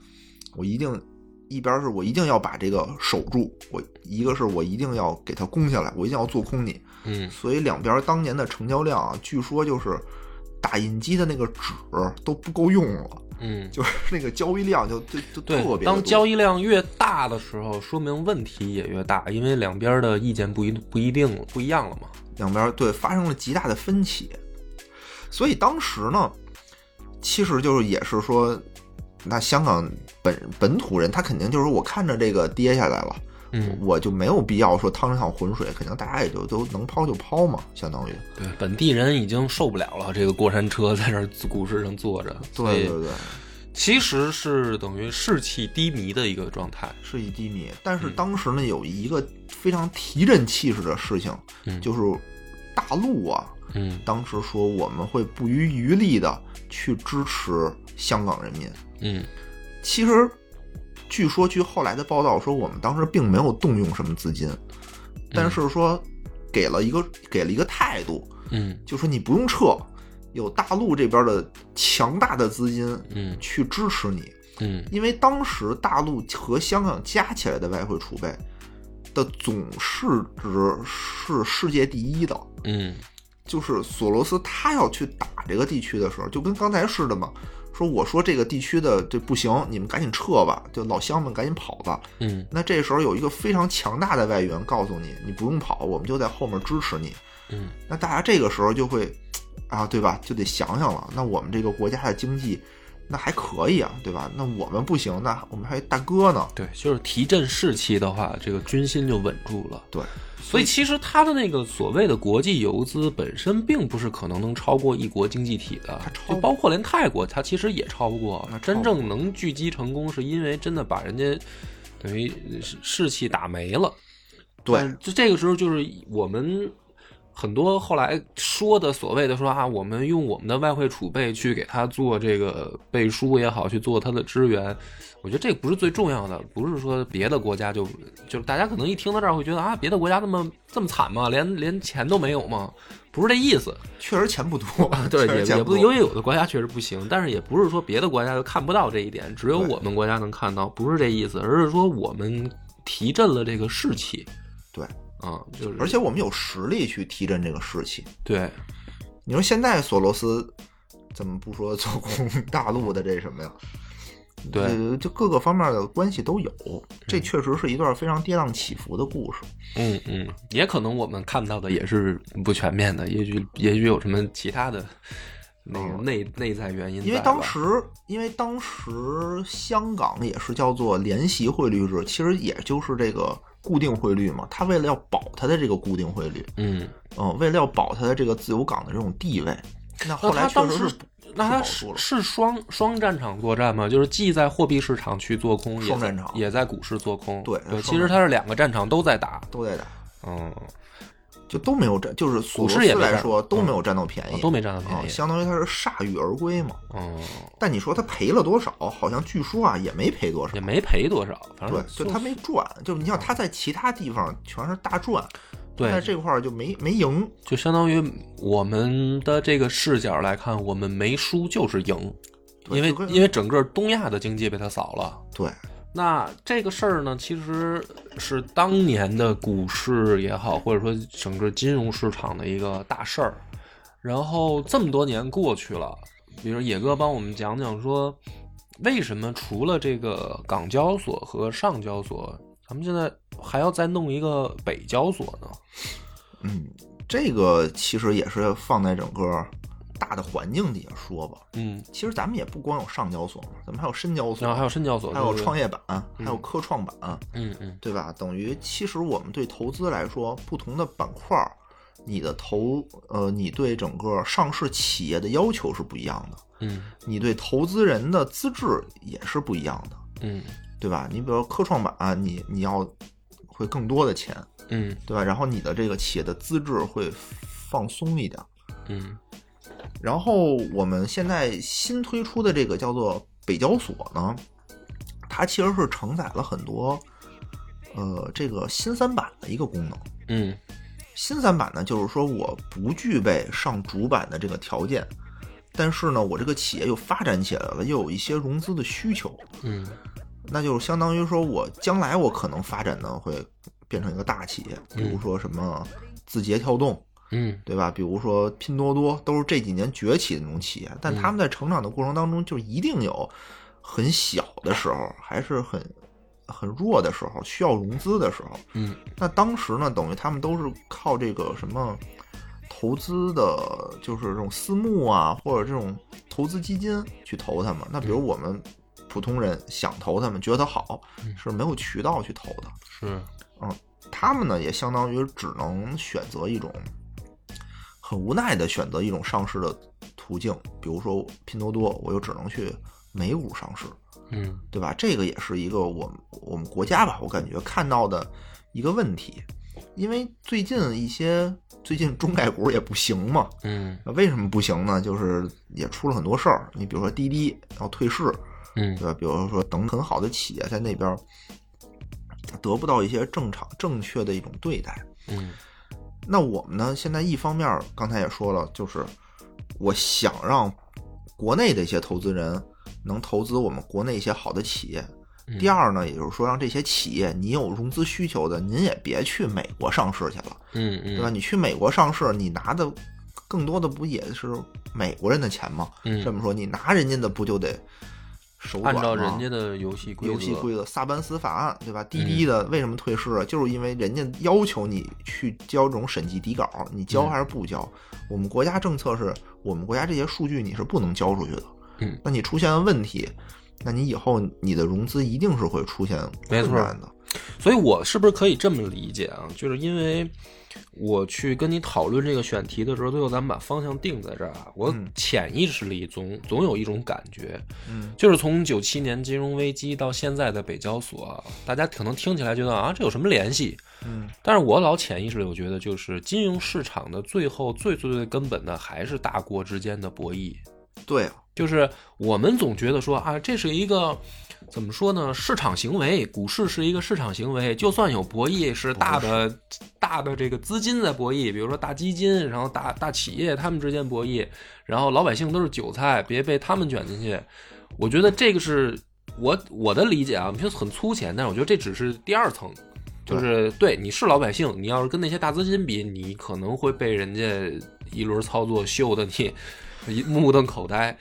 Speaker 2: 我一定一边是我一定要把这个守住，我一个是我一定要给它攻下来，我一定要做空你。
Speaker 1: 嗯
Speaker 2: 所以两边当年的成交量啊，据说就是打印机的那个纸都不够用了，
Speaker 1: 嗯，
Speaker 2: 就是那个交易量就就就特别
Speaker 1: 对，
Speaker 2: 地
Speaker 1: 当
Speaker 2: 多
Speaker 1: 交易量越大的时候，说明问题也越大，因为两边的意见不一不一定不一样了嘛。
Speaker 2: 两边对发生了极大的分歧，所以当时呢，其实就是也是说，那香港本本土人他肯定就是我看着这个跌下来了，
Speaker 1: 嗯，
Speaker 2: 我就没有必要说趟这趟浑水，肯定大家也就都能抛就抛嘛，相当于。
Speaker 1: 对，本地人已经受不了了，这个过山车在这儿股市上坐着，所
Speaker 2: 对
Speaker 1: 以
Speaker 2: 对对，
Speaker 1: 其实是等于士气低迷的一个状态。
Speaker 2: 是一低迷。但
Speaker 1: 嗯
Speaker 2: 是当时呢，有一个非常提振气势的事情，
Speaker 1: 嗯
Speaker 2: 就是大陆啊，
Speaker 1: 嗯
Speaker 2: 当时说我们会不遗余力的去支持香港人民。
Speaker 1: 嗯
Speaker 2: 其实，据说据后来的报道说，我们当时并没有动用什么资金，
Speaker 1: 嗯
Speaker 2: 但是说给了一个给了一个态度，
Speaker 1: 嗯
Speaker 2: 就说你不用撤，有大陆这边的强大的资金
Speaker 1: 嗯
Speaker 2: 去支持你，
Speaker 1: 嗯
Speaker 2: 因为当时大陆和香港加起来的外汇储备的总市值是世界第一的。
Speaker 1: 嗯
Speaker 2: 就是索罗斯他要去打这个地区的时候，就跟刚才似的嘛，说我说这个地区的这不行，你们赶紧撤吧，就老乡们赶紧跑吧。
Speaker 1: 嗯
Speaker 2: 那这时候有一个非常强大的外援告诉你，你不用跑，我们就在后面支持你。
Speaker 1: 嗯
Speaker 2: 那大家这个时候就会，啊，对吧？就得想想了，那我们这个国家的经济，那还可以啊，对吧？那我们不行，那我们还有大哥呢。
Speaker 1: 对，就是提振士气的话，这个军心就稳住了。
Speaker 2: 对，
Speaker 1: 所以
Speaker 2: 嗯
Speaker 1: 其实它的那个所谓的国际游资本身并不是可能能超过一国经济体的
Speaker 2: 它，超
Speaker 1: 就包括连泰国，它其实也超不过
Speaker 2: 那。超
Speaker 1: 真正能聚集成功，是因为真的把人家等于士士气打没了。
Speaker 2: 对
Speaker 1: 呃但，就这个时候，就是我们很多后来说的所谓的说啊，我们用我们的外汇储备去给他做这个背书也好，去做他的支援，我觉得这个不是最重要的，不是说别的国家就就是大家可能一听到这儿会觉得啊，别的国家那么这么惨吗？连连钱都没有吗？不是这意思，
Speaker 2: 确实钱不多，
Speaker 1: 啊 对，
Speaker 2: 确实
Speaker 1: 也
Speaker 2: 钱
Speaker 1: 也
Speaker 2: 不
Speaker 1: 因
Speaker 2: 多
Speaker 1: 为有的国家确实不行，但是也不是说别的国家就看不到这一点，只有
Speaker 2: 对
Speaker 1: 我们国家能看到，不是这意思，而是说我们提振了这个士气。
Speaker 2: 对，
Speaker 1: 啊，就是
Speaker 2: 而且我们有实力去提振这个士气。
Speaker 1: 对，
Speaker 2: 你说现在索罗斯怎么不说做空大陆的这什么呀？
Speaker 1: 对
Speaker 2: 呃就各个方面的关系都有。这确实是一段非常跌宕起伏的故事。
Speaker 1: 嗯嗯，也可能我们看到的也是不全面的，也许也许有什么其他的那个内内在原因在吧，
Speaker 2: 嗯因为当时，因为当时香港也是叫做联席汇率制，其实也就是这个固定汇率嘛。它为了要保它的这个固定汇率，
Speaker 1: 嗯，
Speaker 2: 嗯，为了要保它的这个自由港的这种地位，那后
Speaker 1: 那
Speaker 2: 来
Speaker 1: 他
Speaker 2: 确
Speaker 1: 哦当
Speaker 2: 实
Speaker 1: 时
Speaker 2: 是
Speaker 1: 那他
Speaker 2: 保
Speaker 1: 是
Speaker 2: 住了
Speaker 1: 是双双战场作战吗？就是既在货币市场去做空，也
Speaker 2: 双
Speaker 1: 在
Speaker 2: 战场
Speaker 1: 也在股市做空，
Speaker 2: 对双
Speaker 1: 其实
Speaker 2: 战
Speaker 1: 它是两个战场都在打，
Speaker 2: 都在打，
Speaker 1: 嗯，
Speaker 2: 就都没有占，就是索
Speaker 1: 股
Speaker 2: 罗
Speaker 1: 市也
Speaker 2: 斯
Speaker 1: 没
Speaker 2: 来
Speaker 1: 占嗯哦
Speaker 2: 说都没有占到便宜，
Speaker 1: 都没占到便
Speaker 2: 啊，
Speaker 1: 宜，
Speaker 2: 相当于他是铩羽而归嘛。
Speaker 1: 嗯，
Speaker 2: 但你说他赔了多少？好像据说啊也没赔多少
Speaker 1: 也，没赔多少，反
Speaker 2: 对
Speaker 1: 正，
Speaker 2: 就他没赚。就是你像他在其他地方全是大赚，
Speaker 1: 对
Speaker 2: 在这块儿就没没赢。
Speaker 1: 就相当于我们的这个视角来看，我们没输就是赢，
Speaker 2: 对
Speaker 1: 因为
Speaker 2: 就跟
Speaker 1: 因为整个东亚的经济被他扫了。
Speaker 2: 对，
Speaker 1: 那这个事儿呢，其实是当年的股市也好，或者说整个金融市场的一个大事儿。然后这么多年过去了，比如野哥帮我们讲讲说，为什么除了这个港交所和上交所，咱们现在还要再弄一个北交所呢？
Speaker 2: 嗯，这个其实也是放在整个大的环境底下说吧。
Speaker 1: 嗯，
Speaker 2: 其实咱们也不光有上交所嘛，咱们还有深交
Speaker 1: 啊
Speaker 2: 所，
Speaker 1: 然后还有深交所，
Speaker 2: 还有创
Speaker 1: 业，
Speaker 2: 业板，还有科创板，
Speaker 1: 嗯嗯
Speaker 2: 对吧？等于其实我们对投资来说，不同的板块儿，你的投呃，你对整个上市企业的要求是不一样的，
Speaker 1: 嗯
Speaker 2: 你对投资人的资质也是不一样的，
Speaker 1: 嗯
Speaker 2: 对吧？你比如科创板、啊你你要会更多的钱，
Speaker 1: 嗯
Speaker 2: 对吧？然后你的这个企业的资质会放松一点。
Speaker 1: 嗯
Speaker 2: 然后我们现在新推出的这个叫做北交所呢，它其实是承载了很多，呃，这个新三板的一个功能。
Speaker 1: 嗯
Speaker 2: 新三板呢，就是说我不具备上主板的这个条件，但是呢，我这个企业又发展起来了，又有一些融资的需求。
Speaker 1: 嗯
Speaker 2: 那就是相当于说我将来我可能发展呢会变成一个大企业，比如说什么字节跳动，
Speaker 1: 嗯
Speaker 2: 对吧？比如说拼多多，都是这几年崛起的那种企业，但他们在成长的过程当中，就一定有很小的时候，还是很很弱的时候，需要融资的时候。
Speaker 1: 嗯，
Speaker 2: 那当时呢，等于他们都是靠这个什么投资的，就是这种私募啊，或者这种投资基金去投他们。那比如我们普通人想投他们，觉得他好，是没有渠道去投的。
Speaker 1: 是，
Speaker 2: 他们呢也相当于只能选择一种很无奈的选择一种上市的途径，比如说拼多多，我就只能去美股上市，
Speaker 1: 嗯
Speaker 2: 对吧？这个也是一个我们我们国家吧，我感觉看到的一个问题，因为最近一些最近中概股也不行嘛，
Speaker 1: 嗯
Speaker 2: 为什么不行呢？就是也出了很多事儿，你比如说滴滴要退市，
Speaker 1: 嗯
Speaker 2: 对吧？比如说等很好的企业在那边儿得不到一些正常正确的一种对待。
Speaker 1: 嗯
Speaker 2: 那我们呢，现在一方面儿刚才也说了，就是我想让国内的一些投资人能投资我们国内一些好的企业。
Speaker 1: 嗯
Speaker 2: 第二呢，也就是说让这些企业，你有融资需求的，您也别去美国上市去了，
Speaker 1: 嗯
Speaker 2: 对吧？
Speaker 1: 嗯
Speaker 2: 你去美国上市，你拿的更多的不也是美国人的钱吗？
Speaker 1: 嗯，
Speaker 2: 这么说，你拿人家的不就得手
Speaker 1: 按
Speaker 2: 软吗？
Speaker 1: 照人家的游戏规则，嗯
Speaker 2: 游戏规则，萨班斯法案，对吧？滴滴的为什么退市啊？就是因为人家要求你去交这种审计底稿，你交还是不交？
Speaker 1: 嗯
Speaker 2: 我们国家政策是我们国家这些数据你是不能交出去的。
Speaker 1: 嗯，
Speaker 2: 那你出现了问题，那你以后你的融资一定是会出现
Speaker 1: 没
Speaker 2: 困
Speaker 1: 错
Speaker 2: 难的。
Speaker 1: 所以我是不是可以这么理解啊？就是因为我去跟你讨论这个选题的时候，最后咱们把方向定在这儿啊。我
Speaker 2: 嗯
Speaker 1: 潜意识里总总有一种感觉，
Speaker 2: 嗯
Speaker 1: 就是从九七年金融危机到现在的北交所，啊大家可能听起来觉得啊，这有什么联系？
Speaker 2: 嗯
Speaker 1: 但是我老潜意识里，我觉得就是金融市场的最后最最最根本的还是大国之间的博弈。
Speaker 2: 对啊，
Speaker 1: 就是我们总觉得说啊，这是一个怎么说呢？市场行为，股市是一个市场行为，就算有博弈，是大的大的这个资金在博弈，比如说大基金，然后大大企业他们之间博弈，然后老百姓都是韭菜，别被他们卷进去。我觉得这个是我我的理解啊，就很粗浅，但是我觉得这只是第二层。就是对你是老百姓，你要是跟那些大资金比，你可能会被人家一轮操作秀的你一目瞪口呆。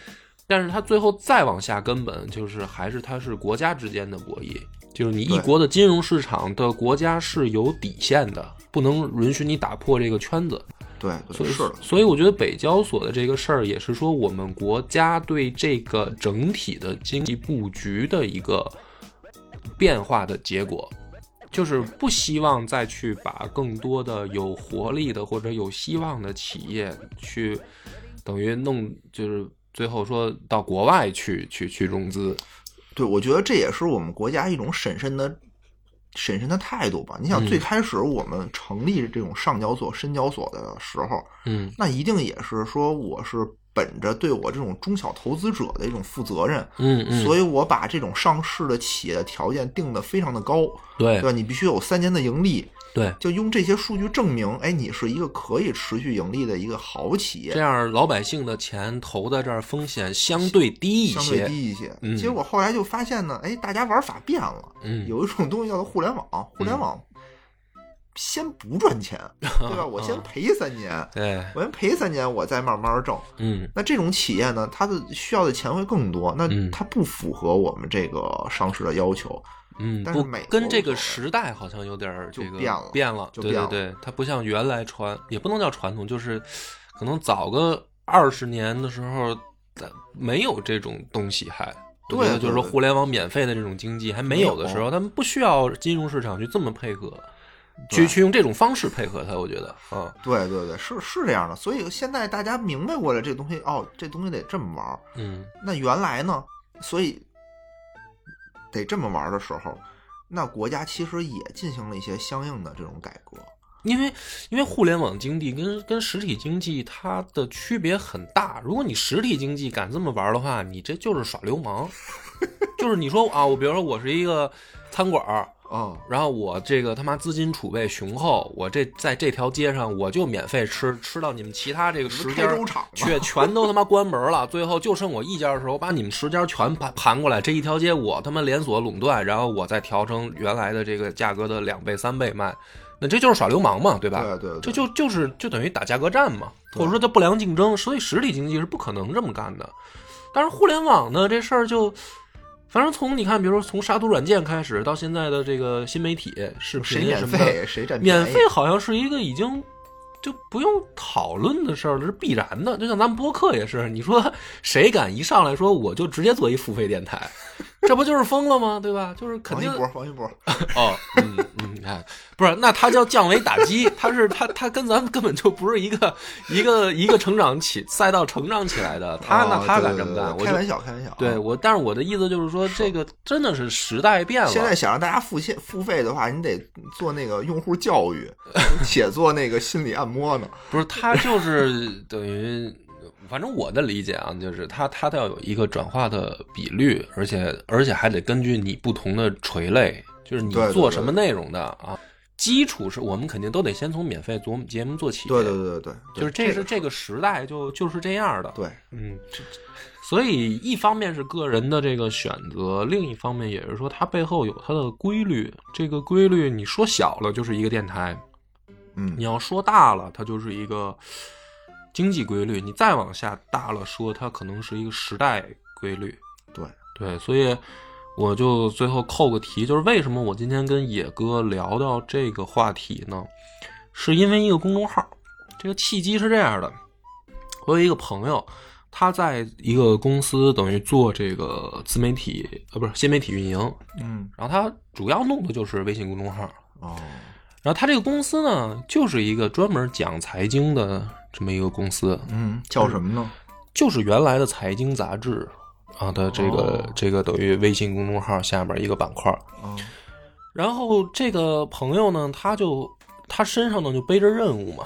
Speaker 1: 但是它最后再往下，根本就是还是它是国家之间的博弈，就是你一
Speaker 2: 对
Speaker 1: 国的金融市场的国家是有底线的，不能允许你打破这个圈子。
Speaker 2: 对啊
Speaker 1: 所
Speaker 2: 对
Speaker 1: 以
Speaker 2: 是的，
Speaker 1: 所以我觉得北交所的这个事儿也是说我们国家对这个整体的经济布局的一个变化的结果，就是不希望再去把更多的有活力的或者有希望的企业去等于弄就是。最后说到国外去去去融资，
Speaker 2: 对我觉得这也是我们国家一种审慎的。审慎的态度吧，你
Speaker 1: 嗯
Speaker 2: 想最开始我们成立这种上交所、深交所的时候，
Speaker 1: 嗯
Speaker 2: 那一定也是说我是本着对我这种中小投资者的一种负责任，
Speaker 1: 嗯嗯，
Speaker 2: 所以我把这种上市的企业的条件定的非常的高，
Speaker 1: 对
Speaker 2: 对吧？你必须有三年的盈利，
Speaker 1: 对，
Speaker 2: 就用这些数据证明，哎，你是一个可以持续盈利的一个好企
Speaker 1: 这
Speaker 2: 业，
Speaker 1: 样老百姓的钱投在这儿风险相对低一
Speaker 2: 相对
Speaker 1: 些，
Speaker 2: 低一些。
Speaker 1: 嗯
Speaker 2: 结果后来就发现呢，哎，大家玩法变了，
Speaker 1: 嗯，
Speaker 2: 有一种东西叫做互联网，互联网先不赚 钱，对吧？我先赔三年，
Speaker 1: 对，
Speaker 2: 我先赔三年，我再慢慢挣。
Speaker 1: 嗯
Speaker 2: 那这种企业呢，它的需要的钱会更多，那
Speaker 1: 嗯
Speaker 2: 它不符合我们这个上市的要求，
Speaker 1: 嗯，
Speaker 2: 但是
Speaker 1: 不
Speaker 2: 美国
Speaker 1: 跟
Speaker 2: 无
Speaker 1: 这
Speaker 2: 所
Speaker 1: 个
Speaker 2: 谓
Speaker 1: 时代好像有点儿
Speaker 2: 就
Speaker 1: 这个
Speaker 2: 变了
Speaker 1: 变了，
Speaker 2: 就
Speaker 1: 对
Speaker 2: 变
Speaker 1: 对
Speaker 2: 了
Speaker 1: 对，它不像原来传，也不能叫传统，就是可能早个二十年的时候，咱没有这种东西还。我
Speaker 2: 对
Speaker 1: 觉得就是
Speaker 2: 对
Speaker 1: 说
Speaker 2: 对
Speaker 1: 互联网免费的这种经济还没有的时候，他们不需要金融市场去这么配合，去
Speaker 2: 对
Speaker 1: 去用这种方式配合它，我觉得啊，
Speaker 2: 对对对，是是这样的。所以现在大家明白过来，这东西哦，这东西得这么玩儿。
Speaker 1: 嗯
Speaker 2: 那原来呢，所以得这么玩儿的时候，那国家其实也进行了一些相应的这种改革。
Speaker 1: 因为因为互联网经济跟跟实体经济它的区别很大。如果你实体经济敢这么玩的话， 你这就是耍流氓。就是你说啊，我比如说我是一个餐馆儿，
Speaker 2: 哦，
Speaker 1: 然后我这个他妈资金储备雄厚，我这在这条街上我就免费吃，吃到你们其他这个十
Speaker 2: 开
Speaker 1: 家
Speaker 2: 粥厂吗
Speaker 1: 却全都他妈关门了，最后就剩我一家的时候，我把你们十家全盘盘过来，这一条街我他妈连锁垄断，然后我再调成原来的这个价格的两倍三倍卖，那这就是耍流氓嘛，对吧？
Speaker 2: 对对对
Speaker 1: 这就就是就等于打价格战嘛，
Speaker 2: 对
Speaker 1: 或者说叫不良竞争，所以实体经济是不可能这么干的。但是互联网呢，这事儿就，反正从你看，比如说从杀毒软件开始，到现在的这个新媒体、视
Speaker 2: 谁
Speaker 1: 频
Speaker 2: 免
Speaker 1: 什么的，
Speaker 2: 费谁占便宜
Speaker 1: 免费好像是一个已经就不用讨论的事儿了，是必然的。就像咱们播客也是，你说谁敢一上来说我就直接做一付费电 台，这不就是疯了吗？对吧？就是肯
Speaker 2: 王一
Speaker 1: 定
Speaker 2: 博，王一博，
Speaker 1: 哦，嗯嗯，你看，不是，那他叫降维打击， 他是他他跟咱们根本就不是一个一个 一个成长起赛道成长起来的，他
Speaker 2: 哦
Speaker 1: 那他
Speaker 2: 对
Speaker 1: 敢
Speaker 2: 对
Speaker 1: 这么
Speaker 2: 对
Speaker 1: 干，
Speaker 2: 对
Speaker 1: 我
Speaker 2: 开
Speaker 1: 就
Speaker 2: 玩笑，开玩笑啊。
Speaker 1: 对我，但是我的意思就是说，这个真的是时代变了，
Speaker 2: 现在想让大家付现付费的话，你得做那个用户教育，且做那个心理按摩 呢。
Speaker 1: 不是他就是等于。反正我的理解啊，就是它它要有一个转化的比率，而且而且还得根据你不同的垂类，就是你
Speaker 2: 对对
Speaker 1: 做
Speaker 2: 对
Speaker 1: 什么内容的啊。基础是我们肯定都得先从免费做节目做起，
Speaker 2: 对对对对对，
Speaker 1: 就是这是这个时代就就是这样的。
Speaker 2: 对
Speaker 1: 嗯，所以一方面是个人的这个选择，另一方面也是说它背后有它的规律。这个规律你说小了就是一个电台，
Speaker 2: 嗯
Speaker 1: 你要说大了它就是一个经济规律，你再往下大了说它可能是一个时代规律。
Speaker 2: 对，
Speaker 1: 对，所以我就最后扣个题，就是为什么我今天跟野哥聊到这个话题呢？是因为一个公众号，这个契机是这样的，我有一个朋友，他在一个公司等于做这个自媒体，呃，不是新媒体运营，
Speaker 2: 嗯
Speaker 1: 然后他主要弄的就是微信公众号，
Speaker 2: 哦
Speaker 1: 然后他这个公司呢，就是一个专门讲财经的这么一个公司，
Speaker 2: 嗯，叫什么呢？
Speaker 1: 就是原来的财经杂志啊的这个、
Speaker 2: 哦
Speaker 1: 这个等于微信公众号下边一个板块。
Speaker 2: 哦
Speaker 1: 然后这个朋友呢，他就他身上呢就背着任务嘛，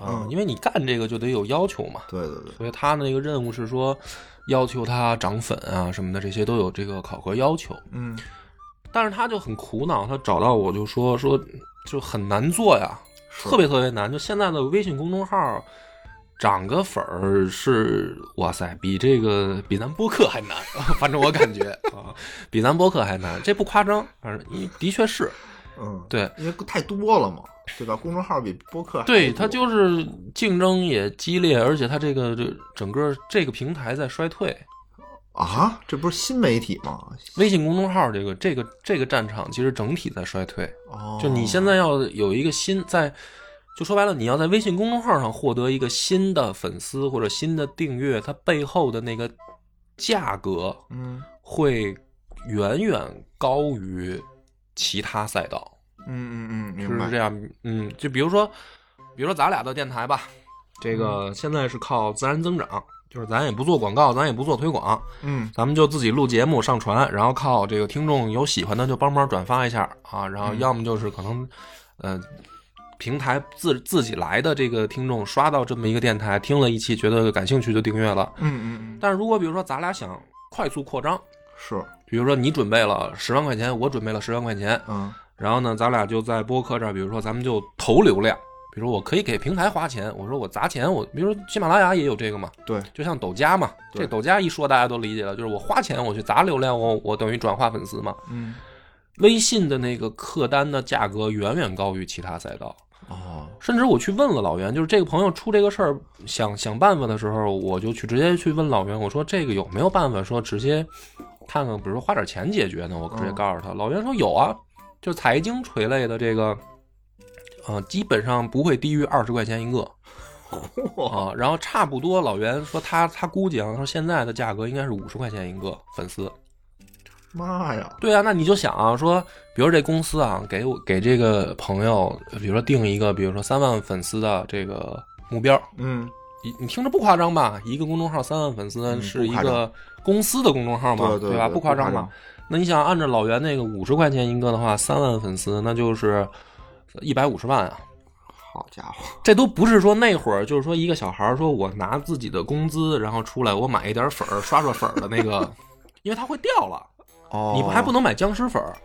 Speaker 1: 啊，
Speaker 2: 嗯
Speaker 1: 因为你干这个就得有要求嘛，
Speaker 2: 对对对，
Speaker 1: 所以他那个任务是说要求他涨粉啊什么的，这些都有这个考核要求。
Speaker 2: 嗯
Speaker 1: 但是他就很苦恼，他找到我就说说就很难做呀，
Speaker 2: 是
Speaker 1: 特别特别难。就现在的微信公众号涨个粉儿是哇塞，比这个比咱播客还难， 反正我感 觉啊，比咱播客还难，这不夸张，反正的确是
Speaker 2: 嗯，
Speaker 1: 对。
Speaker 2: 因为太多了嘛，对吧？公众号比播客还
Speaker 1: 对，
Speaker 2: 多
Speaker 1: 它就是竞争也激烈，而且它这个这整个这个平台在衰退，
Speaker 2: 啊，这不是新媒体吗？
Speaker 1: 微信公众号这个这个这个战场其实整体在衰退。
Speaker 2: 哦，
Speaker 1: 就你现在要有一个新在，就说白了，你要在微信公众号上获得一个新的粉丝或者新的订阅，它背后的那个价格
Speaker 2: 嗯
Speaker 1: 会远远高于其他赛道，
Speaker 2: 嗯嗯嗯，
Speaker 1: 是
Speaker 2: 明
Speaker 1: 不
Speaker 2: 白
Speaker 1: 是这样？嗯，就比如说，比如说咱俩的电台吧，这
Speaker 2: 嗯
Speaker 1: 个现在是靠自然增长，就是咱也不做广告，咱也不做推广，
Speaker 2: 嗯
Speaker 1: 咱们就自己录节目上传，然后靠这个听众有喜欢的就帮忙转发一下啊，然后要么就是可能，呃，平台自自己来的这个听众刷到这么一个电台，听了一期觉得感兴趣就订阅了。
Speaker 2: 嗯嗯嗯，
Speaker 1: 但是如果比如说咱俩想快速扩张，
Speaker 2: 是
Speaker 1: 比如说你准备了十万块钱，我准备了十万块钱，
Speaker 2: 嗯
Speaker 1: 然后呢，咱俩就在播客这儿，比如说咱们就投流量，比如说我可以给平台花钱，我说我砸钱，我比如说喜马拉雅也有这个嘛，
Speaker 2: 对
Speaker 1: 就像抖加嘛，
Speaker 2: 对
Speaker 1: 这抖加一说大家都理解了，就是我花钱我去砸流量，我我等于转化粉丝嘛。
Speaker 2: 嗯
Speaker 1: 微信的那个客单的价格远远高于其他赛道，
Speaker 2: 哦
Speaker 1: 甚至我去问了老袁，就是这个朋友出这个事儿想想办法的时候，我就去直接去问老袁，我说这个有没有办法说直接看看，比如说花点钱解决呢？我直接
Speaker 2: 嗯
Speaker 1: 告诉他，老袁说有啊，就财经垂类的这个，呃，基本上不会低于二十块钱一个。
Speaker 2: 嚯
Speaker 1: 啊，然后差不多，老袁说他他估计啊，他说现在的价格应该是五十块钱一个粉丝。
Speaker 2: 妈呀，
Speaker 1: 对啊，那你就想啊，说比如这公司啊，给我给这个朋友，比如说定一个，比如说三万粉丝的这个目标，
Speaker 2: 嗯
Speaker 1: 你你听着不夸张吧？一个公众号三万粉丝
Speaker 2: 嗯
Speaker 1: 是
Speaker 2: 不
Speaker 1: 一
Speaker 2: 夸张
Speaker 1: 个公司的公众号嘛，
Speaker 2: 对对
Speaker 1: 吧？
Speaker 2: 对
Speaker 1: 不夸张
Speaker 2: 不
Speaker 1: 吧
Speaker 2: 夸张？
Speaker 1: 那你想按照老袁那个五十块钱一个的话，三万粉丝那就是一百五十万啊。
Speaker 2: 好家伙，
Speaker 1: 这都不是说那会儿，就是说一个小孩儿说我拿自己的工资，然后出来我买一点粉儿刷刷粉儿的那个，因为它会掉了，
Speaker 2: 哦
Speaker 1: 你还不能买僵尸粉儿。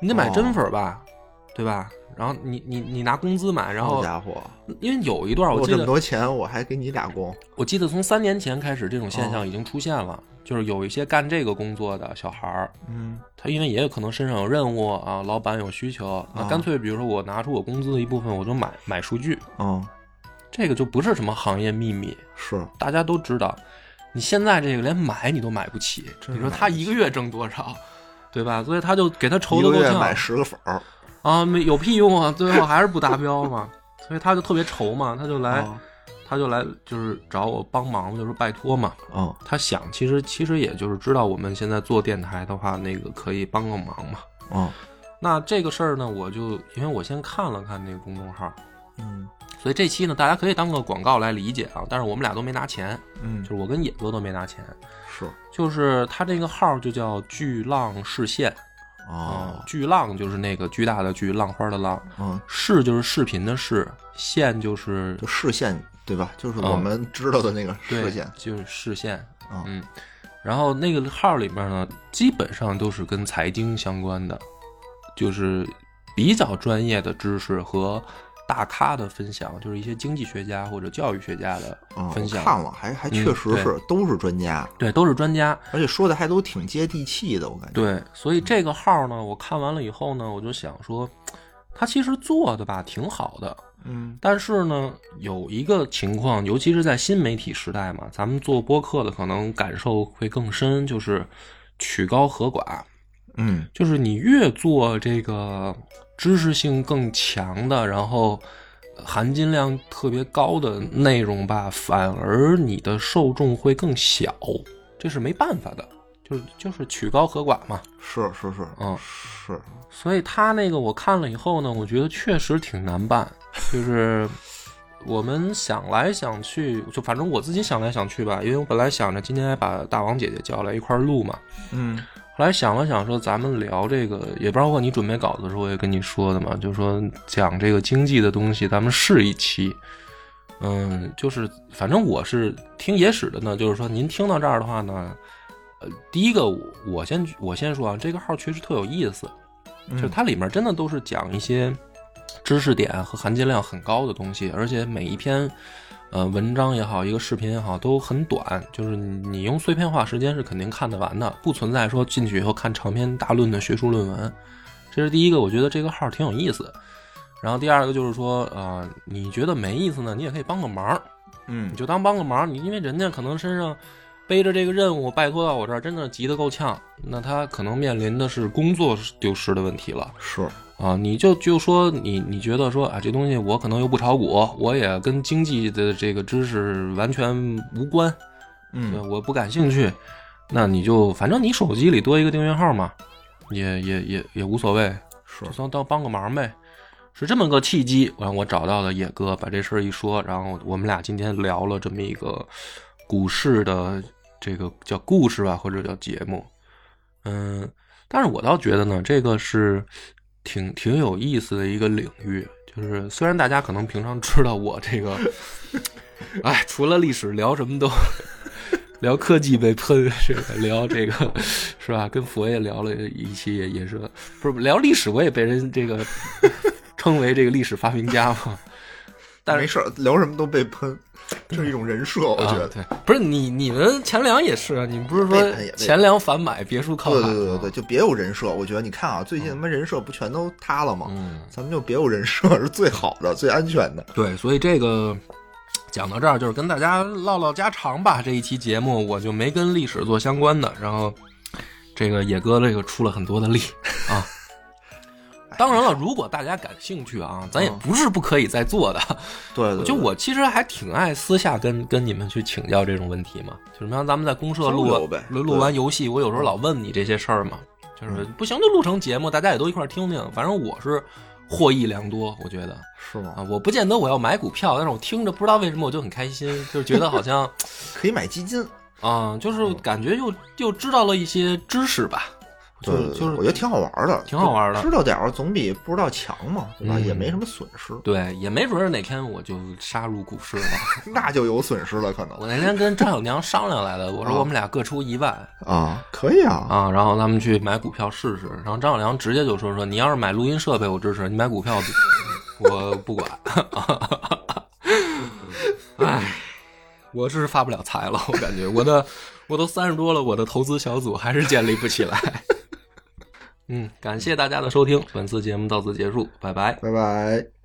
Speaker 1: 你得买真粉儿吧，对吧？然后你你你拿工资买，然
Speaker 2: 好
Speaker 1: 后
Speaker 2: 家伙，
Speaker 1: 因为有一段我
Speaker 2: 我
Speaker 1: 记
Speaker 2: 这么
Speaker 1: 得
Speaker 2: 多钱，我还给你打工，
Speaker 1: 我记得从三年前开始，这种
Speaker 2: 哦
Speaker 1: 现象已经出现了，就是有一些干这个工作的小孩儿，
Speaker 2: 嗯，
Speaker 1: 他因为也有可能身上有任务啊，老板有需求，
Speaker 2: 哦
Speaker 1: 那干脆比如说我拿出我工资的一部分，我就买买数据，
Speaker 2: 哦，
Speaker 1: 这个就不是什么行业秘密，
Speaker 2: 是，
Speaker 1: 大家都知道。你现在这个连买你都买不起，
Speaker 2: 真是
Speaker 1: 你说
Speaker 2: 买
Speaker 1: 他
Speaker 2: 不
Speaker 1: 一个月挣多少，对吧？所以他就给他愁
Speaker 2: 一
Speaker 1: 的
Speaker 2: 个
Speaker 1: 够
Speaker 2: 月
Speaker 1: 呛
Speaker 2: 买十个粉儿，
Speaker 1: 啊，没有屁用啊，最后还是不达标嘛，所以他就特别愁嘛，他就来，
Speaker 2: 哦
Speaker 1: 他就来就是找我帮忙，就是拜托嘛。
Speaker 2: 嗯，
Speaker 1: 他想，其实其实也就是知道我们现在做电台的话，那个可以帮个忙嘛。
Speaker 2: 哦，
Speaker 1: 那这个事儿呢，我就因为我先看了看那个公众号，
Speaker 2: 嗯，
Speaker 1: 所以这期呢，大家可以当个广告来理解啊。但是我们俩都没拿钱，
Speaker 2: 嗯
Speaker 1: 就是我跟野哥都没拿钱，
Speaker 2: 是，
Speaker 1: 就是他这个号就叫巨浪视线啊
Speaker 2: 哦，，
Speaker 1: 巨浪就是那个巨大的巨，浪花的浪，
Speaker 2: 嗯，
Speaker 1: 视就是视频的视，线就是
Speaker 2: 就视线对吧？就是
Speaker 1: 哦
Speaker 2: 我们知道的那个视
Speaker 1: 对
Speaker 2: 线，，
Speaker 1: 就是视线
Speaker 2: 哦，
Speaker 1: 嗯。然后那个号里面呢，基本上都是跟财经相关的，就是比较专业的知识和大咖的分享，就是一些经济学家或者教育学家的
Speaker 2: 嗯，
Speaker 1: 分
Speaker 2: 我
Speaker 1: 享。
Speaker 2: 看了，还还确实
Speaker 1: 嗯
Speaker 2: 是都是专家，
Speaker 1: 对，都是专家。
Speaker 2: 而且说的还都挺接地气的，我感觉，
Speaker 1: 对，所以这个号呢，我看完了以后呢，我就想说，他其实做的吧挺好的，
Speaker 2: 嗯，
Speaker 1: 但是呢，有一个情况，尤其是在新媒体时代嘛，咱们做播客的可能感受会更深，就是曲高和寡，
Speaker 2: 嗯，
Speaker 1: 就是你越做这个知识性更强的，然后含金量特别高的内容吧，反而你的受众会更小，这是没办法的，就是就是曲高和寡嘛。
Speaker 2: 是是是，
Speaker 1: 嗯
Speaker 2: 是，
Speaker 1: 所以他那个我看了以后呢，我觉得确实挺难办，就是我们想来想去，就反正我自己想来想去吧，因为我本来想着今天把大王姐姐叫来一块儿录嘛，
Speaker 2: 嗯，
Speaker 1: 后来想了想说咱们聊这个，也包括你准备稿子的时候我也跟你说的嘛，就说讲这个经济的东西，咱们试一期。嗯，就是反正我是听野史的呢，就是说您听到这儿的话呢，呃，第一个我我先我先说啊，这个号确实特有意思，
Speaker 2: 嗯
Speaker 1: 就是它里面真的都是讲一些知识点和含金量很高的东西，而且每一篇呃文章也好，一个视频也好，都很短，就是你你用碎片化时间是肯定看得完的，不存在说进去以后看长篇大论的学术论文。这是第一个，我觉得这个号挺有意思。然后第二个就是说，呃，你觉得没意思呢，你也可以帮个忙，
Speaker 2: 嗯
Speaker 1: 你，就当帮个忙。你因为人家可能身上背着这个任务，拜托到我这儿，真的急得够呛，那他可能面临的是工作丢失的问题了。
Speaker 2: 是，
Speaker 1: 啊，你就就说你你觉得说啊，这东西我可能又不炒股，我也跟经济的这个知识完全无关，对
Speaker 2: 嗯，
Speaker 1: 我不感兴趣，那你就反正你手机里多一个订阅号嘛，也也也也无所谓，
Speaker 2: 是
Speaker 1: 就，算当帮个忙呗。是这么个契机，然后我找到了野哥，把这事儿一说，然后我们俩今天聊了这么一个股市的这个叫故事吧，或者叫节目，嗯，但是我倒觉得呢，这个是挺挺有意思的一个领域，就是虽然大家可能平常知道我这个，哎，除了历史聊什么都聊科技被喷，这个聊这个是吧？跟佛爷聊了一期也也是，不是聊历史我也被人这 个称为这个历史发明家嘛。但是
Speaker 2: 没事儿，聊什么都被喷，这是一种人设，我觉
Speaker 1: 啊、
Speaker 2: 得。
Speaker 1: 对，不是你你们钱粮也是啊，你们不是
Speaker 2: 也被
Speaker 1: 说
Speaker 2: 喷也被喷
Speaker 1: 钱粮反买别墅靠海
Speaker 2: 对
Speaker 1: 吗？
Speaker 2: 对对对对，就别有人设。我觉得你看啊，最近他妈人设不全都塌了吗？
Speaker 1: 嗯，
Speaker 2: 咱们就别有人设 是最好的、最安全的。
Speaker 1: 对，所以这个讲到这儿，就是跟大家唠唠家常吧。这一期节目我就没跟历史做相关的，然后这个野哥这个出了很多的力 啊。当然了，如果大家感兴趣啊，咱也不是不可以再做的。
Speaker 2: 对对
Speaker 1: 就
Speaker 2: 对
Speaker 1: 我其实还挺爱私下跟跟你们去请教这种问题嘛，就是像咱们在公社录
Speaker 2: 交流呗
Speaker 1: 录录完游戏，我有时候老问你这些事儿嘛，就是
Speaker 2: 嗯
Speaker 1: 不行就录成节目，大家也都一块儿听听，反正我是获益良多，我觉得。
Speaker 2: 是
Speaker 1: 啊
Speaker 2: 吗？，
Speaker 1: 我不见得我要买股票，但是我听着不知道为什么我就很开心，就是觉得好像
Speaker 2: 可以买基金，嗯
Speaker 1: 啊、就是感觉又又知道了一些知识吧。就
Speaker 2: 对
Speaker 1: 是就
Speaker 2: 我
Speaker 1: 是
Speaker 2: 觉得挺好玩的，
Speaker 1: 挺好玩的
Speaker 2: 知道点儿总比不知道强嘛，对吧？
Speaker 1: 嗯
Speaker 2: 也没什么损失，
Speaker 1: 对，也没准儿哪天我就杀入股市了。
Speaker 2: 那就有损失了，可能
Speaker 1: 我那天跟张小娘商量来的，我
Speaker 2: 啊
Speaker 1: 说我们俩各出一万
Speaker 2: 啊，可以啊，
Speaker 1: 啊，然后咱们去买股票试试。然后张小娘直接就说说，你要是买录音设备，我支持；你买股票， 我不管。 哎，我是发不了财了，我感觉我的我都三十多了，我的投资小组还是建立不起来。嗯，感谢大家的收听，本次节目到此结束，拜拜。
Speaker 2: 拜拜。